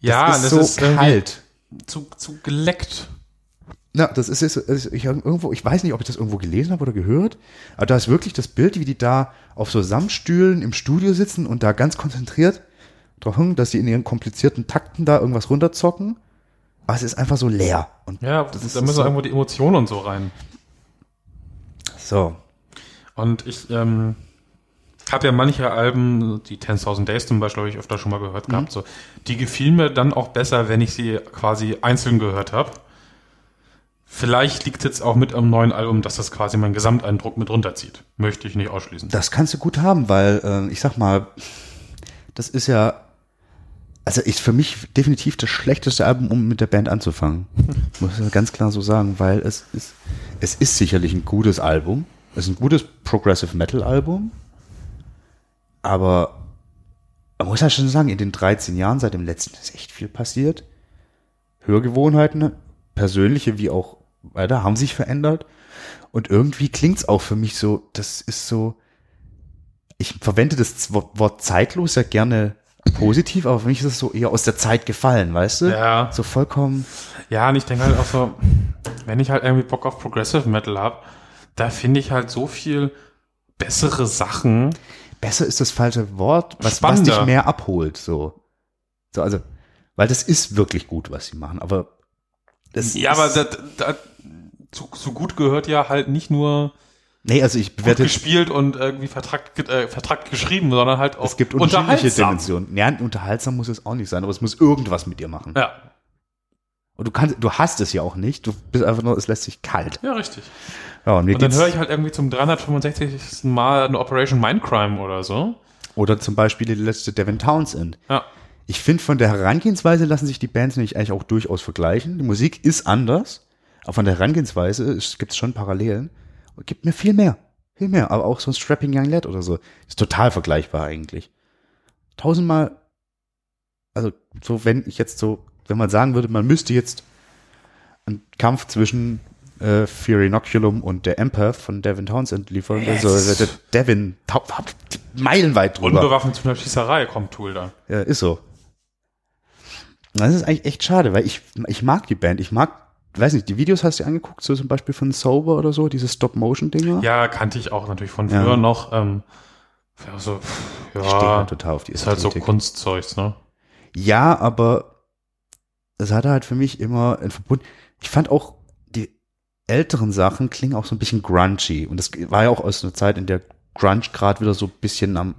B: Ja, Ah, das ist,
C: so
B: irgendwie
C: kalt.
B: Zu, zu geleckt.
C: Na, das ist, ist, ist ich, hab irgendwo, ich weiß nicht, ob ich das irgendwo gelesen habe oder gehört, aber da ist wirklich das Bild, wie die da auf so Samtstühlen im Studio sitzen und da ganz konzentriert drauf hängen, dass sie in ihren komplizierten Takten da irgendwas runterzocken. Aber es ist einfach so leer. Und
B: Ja, das
C: ist
B: da müssen
C: so-
B: irgendwo die Emotionen und so rein.
C: so,
B: Und ich ähm, habe ja manche Alben, die 10.000 Days zum Beispiel, habe ich öfter schon mal gehört gehabt. So, die gefielen mir dann auch besser, wenn ich sie quasi einzeln gehört habe. Vielleicht liegt jetzt auch mit am neuen Album, dass das quasi meinen Gesamteindruck mit runterzieht. Möchte ich nicht ausschließen.
C: Das kannst du gut haben, weil äh, ich sag mal, das ist ja, also ist für mich definitiv das schlechteste Album, um mit der Band anzufangen. Muss ich ganz klar so sagen, weil es ist, es ist sicherlich ein gutes Album. Es ist ein gutes Progressive Metal Album. Aber man muss ja schon sagen, in den 13 Jahren seit dem letzten ist echt viel passiert. Hörgewohnheiten, persönliche wie auch weiter, haben sich verändert. Und irgendwie klingt's auch für mich so, das ist so, ich verwende das Z- Wort zeitlos ja gerne positiv, aber für mich ist es so eher aus der Zeit gefallen, weißt du?
B: Ja.
C: So vollkommen,
B: Ja, und ich denke halt auch so, wenn ich halt irgendwie Bock auf Progressive Metal habe, da finde ich halt so viel bessere Sachen.
C: besser ist das falsche Wort, was, was
B: Spannender.
C: dich mehr abholt, so. So, also, weil das ist wirklich gut, was sie machen, aber das
B: Ja, aber
C: ist-
B: da, da, zu, zu gut gehört ja halt nicht nur
C: nee, also ich
B: gut
C: bewerte
B: gespielt und irgendwie Vertrag, ge- äh, Vertrag geschrieben, sondern halt auch
C: Es gibt unterschiedliche
B: unterhaltsam.
C: Dimensionen. Ja, unterhaltsam muss es auch nicht sein, aber es muss irgendwas mit dir machen.
B: Ja,
C: Und du kannst, du hast es ja auch nicht. Du bist einfach nur, es lässt sich kalt.
B: ja, richtig.
C: Ja, und mir
B: Und dann
C: geht's,
B: höre ich halt irgendwie zum 365. Mal eine Operation Mindcrime oder so.
C: oder zum Beispiel die letzte Devin Townsend.
B: Ja,
C: Ich finde, von der Herangehensweise lassen sich die Bands nämlich eigentlich auch durchaus vergleichen. Die Musik ist anders, aber von der Herangehensweise gibt es schon Parallelen. Und gibt mir viel mehr. Viel mehr. Aber auch so ein Strapping Young Lad oder so. Ist total vergleichbar eigentlich. Tausendmal, also so, wenn ich jetzt so, wenn man sagen würde, man müsste jetzt einen Kampf zwischen äh, Fury Inoculum und der Empath von Devin Townsend liefern. Also äh, der Devin, tau- meilenweit drüber.
B: unbewaffnet zu einer Schießerei kommt Tool dann.
C: Ja, ist so. Das ist eigentlich echt schade, weil ich, ich mag die Band. Ich mag, weiß nicht, die Videos hast du dir angeguckt, so zum Beispiel von Sober oder so, diese Stop-Motion-Dinger.
B: Ja, kannte ich auch natürlich von
C: Ja.
B: früher noch. Ähm, ja, so, pff,
C: Ich stehe
B: ja,
C: halt total auf die
B: ist halt so
C: Ästhetik.
B: Kunstzeugs, ne?
C: Ja, aber es hatte halt für mich immer einen Verbund. Ich fand auch, die älteren Sachen klingen auch so ein bisschen grungy. Und das war ja auch aus einer Zeit, in der Grunge gerade wieder so ein bisschen am,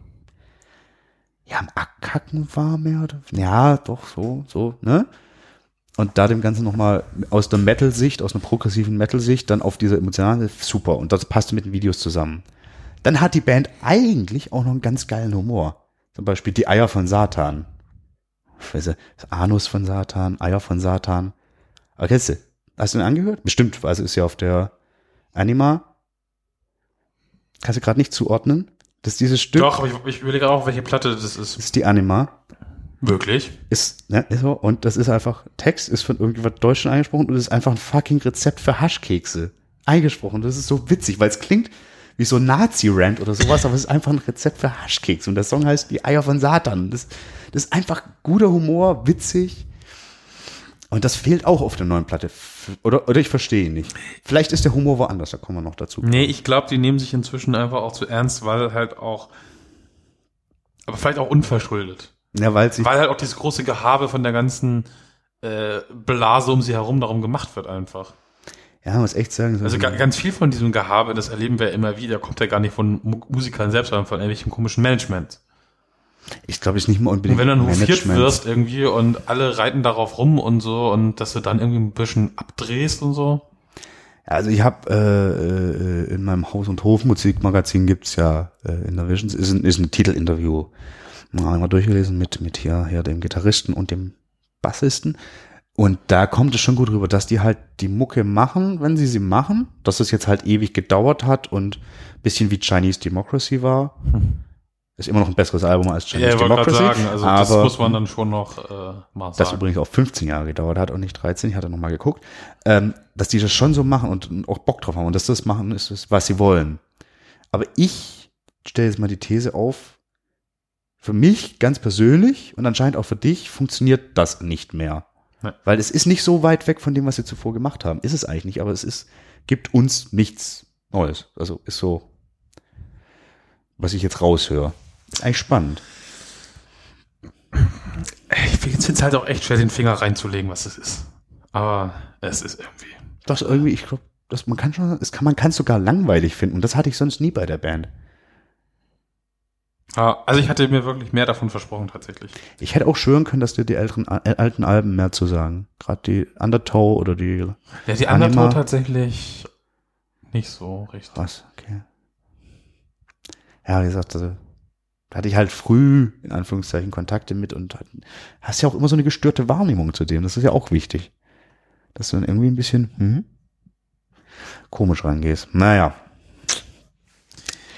C: ja, am Abkacken war mehr oder, ja, doch, so, so, ne? Und da dem Ganzen nochmal aus der Metal-Sicht, aus einer progressiven Metal-Sicht, dann auf diese emotionale, super. Und das passte mit den Videos zusammen. Dann hat die Band eigentlich auch noch einen ganz geilen Humor. Zum Beispiel die Eier von Satan. Ich weiß nicht, das Anus von Satan, Eier von Satan. Aber kennst du? Hast du ihn angehört? Bestimmt, also ist ja auf der Anima. Kannst du gerade nicht zuordnen? Das ist dieses Stück.
B: Doch, aber ich, ich überlege auch, welche Platte das
C: Das
B: ist.
C: ist die Anima.
B: Wirklich?
C: Ist, ne, ist so, und das ist einfach, Text ist von irgendjemand Deutschen eingesprochen und ist einfach ein fucking Rezept für Haschkekse. Eingesprochen. Das ist so witzig, weil es klingt wie so ein Nazi-Rant oder sowas, aber es ist einfach ein Rezept für Haschkekse. Und der Song heißt Die Eier von Satan. Das, das ist einfach guter Humor, witzig. Und das fehlt auch auf der neuen Platte. F- Oder, oder ich verstehe ihn nicht. Vielleicht ist der Humor woanders, da kommen wir noch dazu.
B: Nee, ich glaube, die nehmen sich inzwischen einfach auch zu ernst, weil halt auch. Aber vielleicht auch unverschuldet.
C: Ja, weil sie,
B: Weil halt auch dieses große Gehabe von der ganzen äh, Blase um sie herum darum gemacht wird, einfach.
C: ja, muss echt sagen. so-
B: Also ga ganz viel von diesem Gehabe, das erleben wir immer wieder, kommt ja gar nicht von Mu Musikern selbst, sondern von irgendwelchen komischen Management.
C: ich glaube, ich nicht mal
B: Und
C: unbedingt.
B: wenn du dann hofiert
C: Management.
B: wirst irgendwie und alle reiten darauf rum und so und dass du dann irgendwie ein bisschen abdrehst und so.
C: Also ich habe äh, äh, in meinem Haus- und Hofmusikmagazin gibt's ja äh, Intervisions, ist ein, ist ein Titelinterview. Mal einmal durchgelesen mit, mit hier, hier dem Gitarristen und dem Bassisten. Und da kommt es schon gut rüber, dass die halt die Mucke machen, wenn sie sie machen, dass es jetzt halt ewig gedauert hat und bisschen wie Chinese Democracy war. Ist immer noch ein besseres Album als Chinese
B: Hm. ich wollte gerade
C: Democracy.
B: sagen, also das
C: aber-
B: muss man dann schon noch äh, mal
C: das
B: sagen.
C: übrigens auch 15 Jahre gedauert hat und nicht 13, ich hatte nochmal geguckt, ähm, dass die das schon so machen und auch Bock drauf haben und dass das machen ist, ist was sie wollen. Aber ich stelle jetzt mal die These auf, für mich ganz persönlich und anscheinend auch für dich funktioniert das nicht mehr.
B: Nein.
C: Weil es ist nicht so weit weg von dem, was sie zuvor gemacht haben. Ist es eigentlich nicht, aber es ist, gibt uns nichts Neues. Also ist so, was ich jetzt raushöre. Ist eigentlich spannend.
B: Ich finde es halt auch echt schwer, den Finger reinzulegen, was es ist. Aber es ist irgendwie.
C: Das irgendwie, ich glaube, das man kann schon, es kann man kann es sogar langweilig finden und das hatte ich sonst nie bei der Band.
B: Ah, also ich hatte mir wirklich mehr davon versprochen tatsächlich.
C: Ich hätte auch schwören können, dass dir die älteren äh, alten Alben mehr zu sagen, gerade die Undertow oder die
B: Ja, die
C: Anima.
B: Undertow tatsächlich nicht so richtig.
C: was, okay. Ja, wie gesagt, also, da hatte ich halt früh in Anführungszeichen Kontakte mit und hat- hast ja auch immer so eine gestörte Wahrnehmung zu dem, das ist ja auch wichtig. Dass du dann irgendwie ein bisschen hm, komisch rangehst. Naja.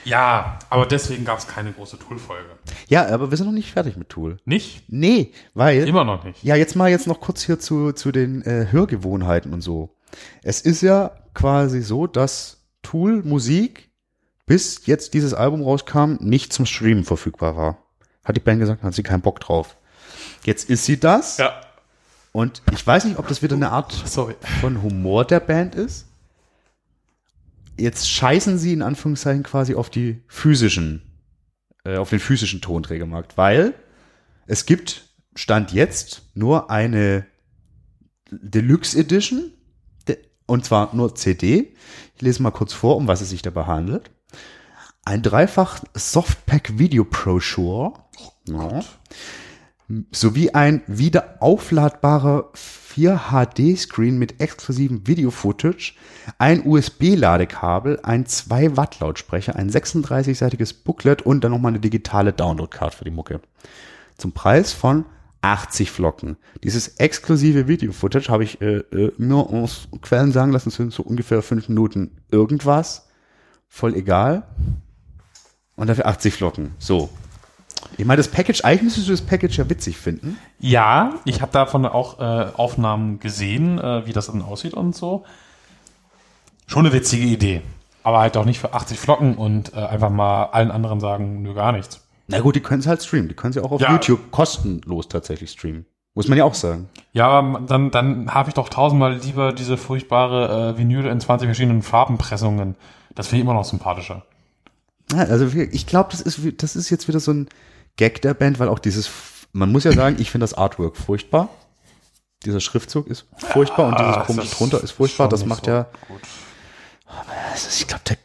B: Ja, aber deswegen gab es keine große Tool-Folge.
C: Ja, aber wir sind noch nicht fertig mit Tool.
B: Nicht?
C: Nee, weil
B: Immer noch nicht.
C: Ja, jetzt mal jetzt noch kurz hier zu, zu den äh, Hörgewohnheiten und so. Es ist ja quasi so, dass Tool Musik bis jetzt dieses Album rauskam, nicht zum Streamen verfügbar war. Hat die Band gesagt, hat sie keinen Bock drauf. Jetzt ist sie das.
B: Ja,
C: Und ich weiß nicht, ob das wieder eine Art
B: sorry.
C: von Humor der Band ist. Jetzt scheißen sie in Anführungszeichen quasi auf die physischen, äh, auf den physischen Tonträgermarkt, weil es gibt Stand jetzt nur eine Deluxe Edition de- und zwar nur CD. Ich lese mal kurz vor, um was es sich dabei handelt. Ein dreifach Softpack Video Brochure. Ja sowie ein wieder aufladbarer 4HD-Screen mit exklusivem Video-Footage, ein USB-Ladekabel, ein 2-Watt-Lautsprecher, ein 36-seitiges Booklet und dann nochmal eine digitale Download-Card für die Mucke. Zum Preis von 80 Flocken. Dieses exklusive Video-Footage habe ich äh, äh, nur aus Quellen sagen lassen, es sind so ungefähr 5 Minuten irgendwas. Voll egal. Und dafür 80 Flocken. So. Ich meine, das Package, eigentlich müsstest du das Package ja witzig finden.
B: Ja, ich habe davon auch äh, Aufnahmen gesehen, äh, wie das dann aussieht und so. Schon eine witzige Idee. Aber halt auch nicht für 80 Flocken und äh, einfach mal allen anderen sagen, nö, gar nichts.
C: Na gut, die können es halt streamen. Die können sie auch auf
B: Ja.
C: YouTube kostenlos tatsächlich streamen. Muss man ja auch sagen.
B: Ja, aber dann, dann habe ich doch tausendmal lieber diese furchtbare äh, Vinyl in 20 verschiedenen Farbenpressungen. Das finde ich immer noch sympathischer.
C: Ja, also wir- ich glaube, das ist, wie- das ist jetzt wieder so ein Gag der Band, weil auch dieses, man muss ja sagen, ich finde das Artwork furchtbar. Dieser Schriftzug ist furchtbar und dieses komische drunter ist furchtbar. Ah, Das macht ja,
B: Gut.
C: das ist, ich glaube, der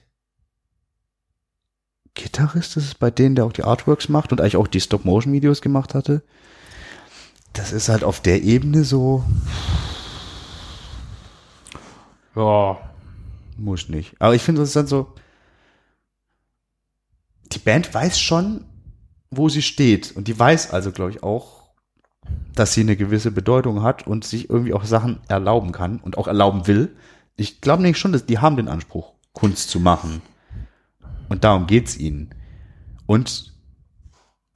C: Gitarrist ist es bei denen, der auch die Artworks macht und eigentlich auch die Stop-Motion-Videos gemacht hatte. Das ist halt auf der Ebene so,
B: Ja,
C: Muss nicht. Aber ich finde, das ist dann so. Die Band weiß schon, wo sie steht. Und die weiß also, glaube ich, auch, dass sie eine gewisse Bedeutung hat und sich irgendwie auch Sachen erlauben kann und auch erlauben will. Ich glaube nämlich schon, dass die haben den Anspruch, Kunst zu machen. Und darum geht's ihnen. Und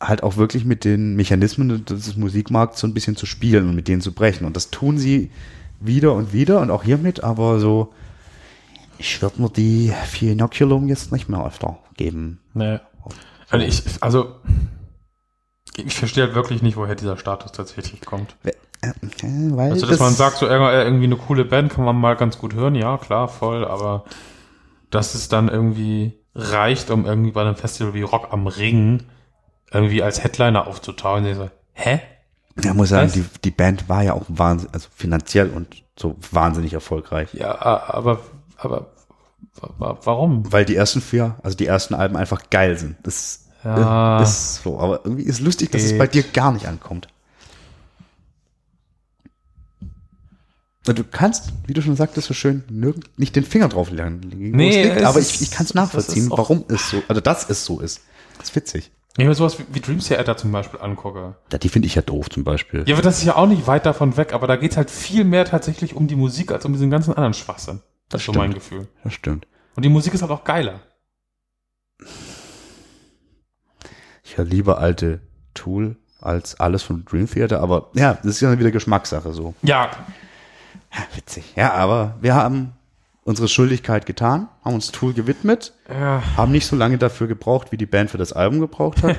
C: halt auch wirklich mit den Mechanismen des Musikmarkts so ein bisschen zu spielen und mit denen zu brechen. Und das tun sie wieder und wieder und auch hiermit, aber so, ich würde mir die vier Inoculum jetzt nicht mehr öfter geben.
B: Nee. Also ich, also, ich verstehe halt wirklich nicht, woher dieser Status tatsächlich kommt.
C: Äh, Weil
B: Also, dass man sagt, so irg- irgendwie eine coole Band kann man mal ganz gut hören, ja, klar, voll, aber dass es dann irgendwie reicht, um irgendwie bei einem Festival wie Rock am Ring irgendwie als Headliner aufzutauchen. Ich so, hä?
C: Ja, muss sagen,
B: Was?
C: die, die Band war ja auch wahnsinnig, also finanziell und so wahnsinnig erfolgreich.
B: Ja, a- aber, aber, wa- wa- warum?
C: Weil die ersten vier, also die ersten Alben einfach geil sind. Das
B: Ja.
C: äh, ist so. Aber irgendwie ist lustig, dass es
B: Ah. Geht.
C: bei dir gar nicht ankommt. Und Du kannst, wie du schon sagtest, so schön nirgend, nicht den Finger drauf lernen.
B: Nee, es
C: aber
B: ist-
C: ich, ich kann es
B: es
C: nachvollziehen,
B: ist auch-
C: warum es so, also dass es so ist. Das ist witzig.
B: Wenn ich mir sowas wie, wie Dream Theater zum Beispiel angucke.
C: Ja, die finde ich ja doof zum Beispiel.
B: Ja, aber das ist ja auch nicht weit davon weg, aber da geht halt viel mehr tatsächlich um die Musik als um diesen ganzen anderen Schwachsinn. Das ist so
C: stimmt.
B: mein Gefühl.
C: Das stimmt.
B: Und die Musik ist halt auch geiler.
C: Ich höre lieber alte Tool als alles von Dream Theater, aber ja, das ist ja wieder Geschmackssache so.
B: Ja,
C: Ja, witzig. Ja, aber wir haben unsere Schuldigkeit getan, haben uns Tool gewidmet,
B: Ja.
C: haben nicht so lange dafür gebraucht, wie die Band für das Album gebraucht hat.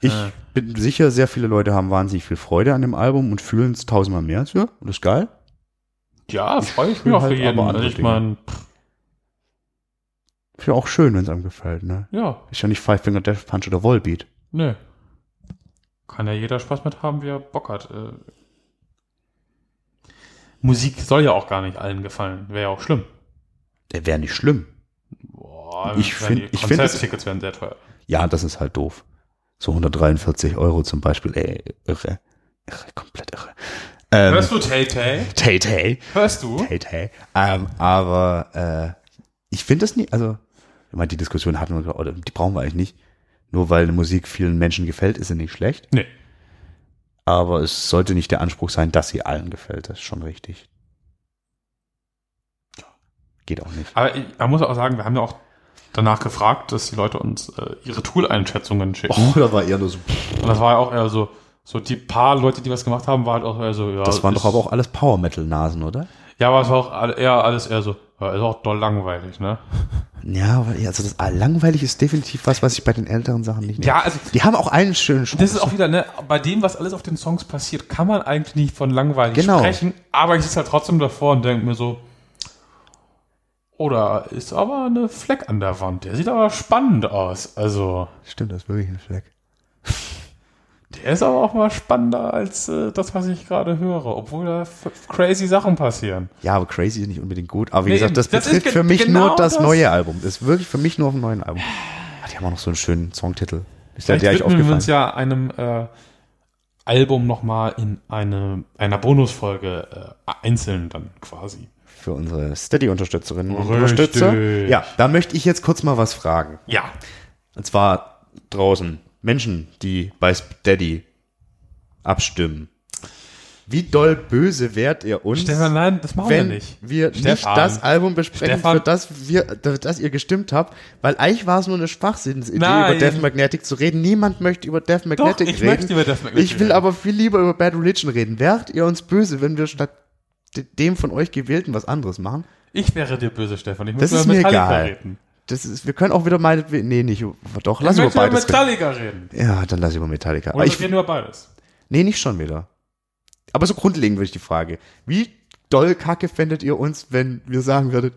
C: Ich bin sicher, sehr viele Leute haben wahnsinnig viel Freude an dem Album und fühlen es tausendmal mehr als wir. Und das ist geil.
B: Ja, freue ich mich auch
C: halt
B: für jeden.
C: aber
B: Also
C: andere
B: ich meine,
C: Ist ja auch schön, wenn es einem gefällt, ne?
B: ja,
C: Ist ja nicht Five Finger Death Punch oder Volbeat.
B: nö. Kann ja jeder Spaß mit haben, wie er Bock hat. Äh, Musik soll ja auch gar nicht allen gefallen. Wäre ja auch schlimm.
C: Der wäre nicht schlimm.
B: Boah,
C: Ich
B: wenn die
C: find- ich find das-
B: Konzerttickets wären sehr teuer.
C: Ja, das ist halt doof. So 143 Euro zum Beispiel, ey, irre. Irre, komplett irre. Ähm,
B: Hörst du Tay Tay?
C: Tay Tay.
B: Hörst du?
C: Hey, hey. Ähm, aber äh, ich finde das nicht, also ich meine, die Diskussion hatten wir, oder die brauchen wir eigentlich nicht. Nur weil Musik vielen Menschen gefällt, ist sie nicht schlecht.
B: Nee.
C: Aber es sollte nicht der Anspruch sein, dass sie allen gefällt. Das ist schon richtig. Geht auch nicht.
B: Aber ich, man muss auch sagen, wir haben ja auch danach gefragt, dass die Leute uns äh, ihre Tool-Einschätzungen schicken.
C: Oh, da war eher nur so.
B: Und das war ja auch eher so, so die paar Leute, die was gemacht haben, war halt auch eher so, ja.
C: Das waren
B: ist-
C: doch aber auch alles Power Metal Nasen, oder?
B: Ja, aber es war auch all- eher alles eher so, ja, ist auch doll langweilig, ne?
C: Ja, weil also das langweilig ist definitiv was, was ich bei den älteren Sachen nicht.
B: Ja, also
C: Die haben auch einen schönen Spruch.
B: Das ist auch wieder, ne, bei dem, was alles auf den Songs passiert, kann man eigentlich nicht von langweilig
C: Genau.
B: sprechen, aber ich sitze halt trotzdem davor und denke mir so, oder ist aber eine Fleck an der Wand, der sieht aber spannend aus, also
C: Stimmt, das ist wirklich ein Fleck.
B: der ist aber auch mal spannender als äh, das, was ich gerade höre, obwohl da f- crazy Sachen passieren.
C: Ja, aber Crazy ist nicht unbedingt gut. Aber wie
B: Nee,
C: gesagt, das,
B: das ist
C: betrifft
B: ge-
C: für mich
B: genau
C: nur das,
B: das.
C: neue Album. Das ist wirklich für mich nur auf dem neuen Album. Ah, die haben auch noch so einen schönen Songtitel. Ist der,
B: Vielleicht
C: der euch
B: widmen wir
C: aufgefallen?
B: uns ja einem äh, Album nochmal in eine, einer Bonusfolge äh, einzeln dann quasi.
C: Für unsere Steady-Unterstützerinnen und
B: Richtig.
C: Unterstützer. Ja, da möchte ich jetzt kurz mal was fragen.
B: Ja,
C: Und zwar draußen Menschen, die bei Steady abstimmen. Wie doll böse wärt ihr uns,
B: Stefan, nein, das machen
C: wenn
B: wir nicht.
C: wir nicht
B: Stefan.
C: das Album besprechen,
B: Stefan.
C: für das wir, für das ihr gestimmt habt, weil eigentlich war es nur eine Schwachsinnsidee,
B: Nein.
C: über Death Magnetic zu reden. Niemand möchte über Death Magnetic
B: ich
C: reden.
B: möchte über Death Magnetic
C: Ich will
B: reden.
C: aber viel lieber über Bad Religion reden. Wärt ihr uns böse, wenn wir statt de- dem von euch gewählten was anderes machen?
B: Ich wäre dir böse, Stefan. Ich
C: Das
B: muss
C: ist
B: über
C: mir
B: Metallica
C: egal.
B: reden.
C: Das ist, wir können auch wieder meinetwegen, nee, nicht, über- doch,
B: ich
C: lass über
B: möchte über
C: beides reden.
B: Metallica reden.
C: Ja, dann lass über Metallica.
B: Oder
C: Aber
B: ich
C: ich,
B: reden über beides.
C: nee, nicht schon wieder. Aber so grundlegend würde ich die Frage, wie doll kacke fändet ihr uns, wenn wir sagen würdet,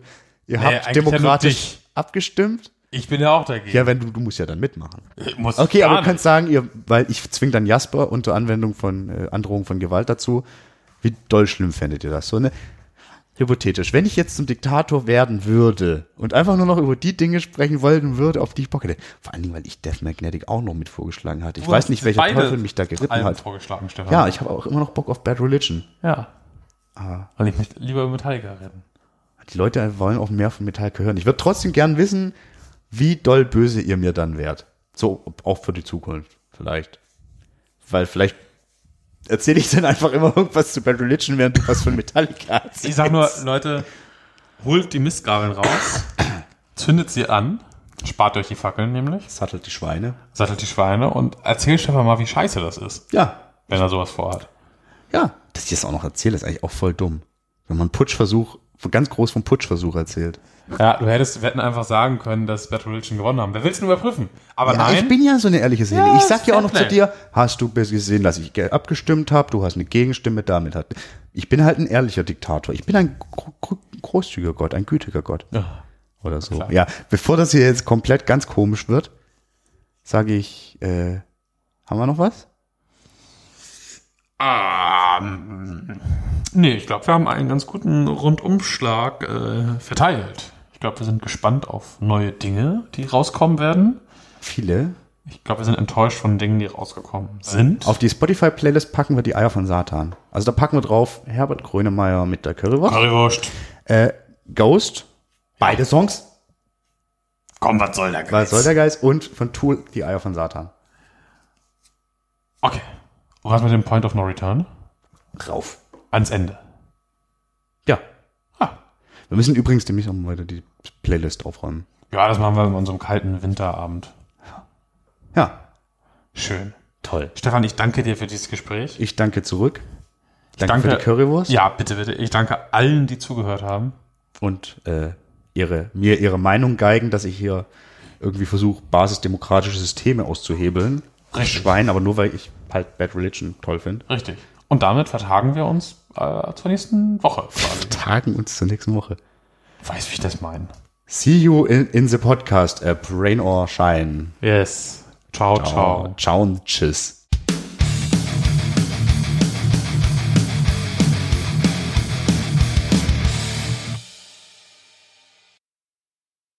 C: ihr
B: Nee,
C: habt
B: eigentlich ja nur
C: demokratisch
B: dich.
C: abgestimmt?
B: Ich bin ja auch dagegen.
C: Ja, wenn du, du musst ja dann mitmachen.
B: Ich muss
C: Okay,
B: gar
C: aber du
B: nicht.
C: kannst sagen, ihr, weil ich zwing dann Jasper unter Anwendung von äh, Androhung von Gewalt dazu. Wie doll schlimm fändet ihr das? So ne? Hypothetisch, wenn ich jetzt zum Diktator werden würde und einfach nur noch über die Dinge sprechen wollen würde, auf die ich Bock hätte. Vor allen Dingen, weil ich Death Magnetic auch noch mit vorgeschlagen hatte. Ich
B: Du hast
C: weiß nicht, welcher
B: beide
C: Teufel mich da geritten
B: Alben
C: hat.
B: vorgeschlagen, Stefan.
C: Ja, Ah. ich habe auch immer noch Bock auf Bad Religion.
B: Ja. Und ich möchte lieber über Metallica reden.
C: Die Leute wollen auch mehr von Metallica hören. Ich würde trotzdem gern wissen, wie doll böse ihr mir dann wärt. So, auch für die Zukunft, vielleicht. Weil vielleicht erzähle ich dann einfach immer irgendwas zu Bad Religion, während du was von Metallica erzählst.
B: Ich sag nur, Leute, holt die Mistgabeln raus, zündet sie an, spart euch die Fackeln nämlich,
C: Sattelt die Schweine.
B: sattelt die Schweine und erzählt Stefan mal, wie scheiße das ist,
C: Ja,
B: wenn er sowas vorhat.
C: ja. Dass ich das auch noch erzähle, ist eigentlich auch voll dumm. Wenn man Putschversuch, ganz groß vom Putschversuch erzählt.
B: Ja, du hättest, wir hätten einfach sagen können, dass Battle Religion gewonnen haben. Wer will's denn überprüfen? Aber
C: Ja,
B: nein.
C: ich bin ja so eine ehrliche Seele.
B: Ja,
C: ich sag ja auch noch zu
B: Fairplay.
C: dir, hast du gesehen, dass ich ge- abgestimmt habe, du hast eine Gegenstimme damit hat. Ich bin halt ein ehrlicher Diktator. Ich bin ein gro- gro- großzügiger Gott, ein gütiger Gott.
B: Ja.
C: Oder so.
B: Klar.
C: Ja, bevor das hier jetzt komplett ganz komisch wird, sage ich, äh, haben wir noch was?
B: Ähm, nee, ich glaube, wir haben einen ganz guten Rundumschlag äh, verteilt. Ich glaube, wir sind gespannt auf neue Dinge, die rauskommen werden.
C: Viele.
B: Ich glaube, wir sind enttäuscht von Dingen, die rausgekommen sind.
C: Auf die Spotify-Playlist packen wir die Eier von Satan. Also da packen wir drauf Herbert Grönemeyer mit der Currywurst.
B: Currywurst.
C: Äh, Ghost. Beide Songs.
A: Komm, was soll der
C: Was
A: Geiz?
C: soll der Geist? Und von Tool die Eier von Satan.
B: Okay. Und was mit dem Point of No Return?
C: Rauf.
B: Ans Ende.
C: Ja. Ah. Wir müssen übrigens demnächst auch mal wieder die Playlist aufräumen.
B: Ja, das machen wir an unserem kalten Winterabend.
C: Ja.
B: Schön.
C: Toll.
B: Stefan, ich danke dir für dieses Gespräch.
C: Ich danke zurück. Danke, für
B: danke-
C: die Currywurst.
B: Ja, bitte, bitte. Ich danke allen, die zugehört haben.
C: Und äh, ihre, mir ihre Meinung geigen, dass ich hier irgendwie versuche, basisdemokratische Systeme auszuhebeln.
B: Richtig.
C: Schwein, aber nur weil ich halt Bad Religion toll finde.
B: Richtig. Und damit vertagen wir uns äh, zur nächsten Woche quasi.
C: Tagen uns zur nächsten Woche.
B: Weiß, wie ich das meine.
C: See you in, in the podcast app, rain or shine.
B: Yes. Ciao, ciao.
C: Ciao, und tschüss.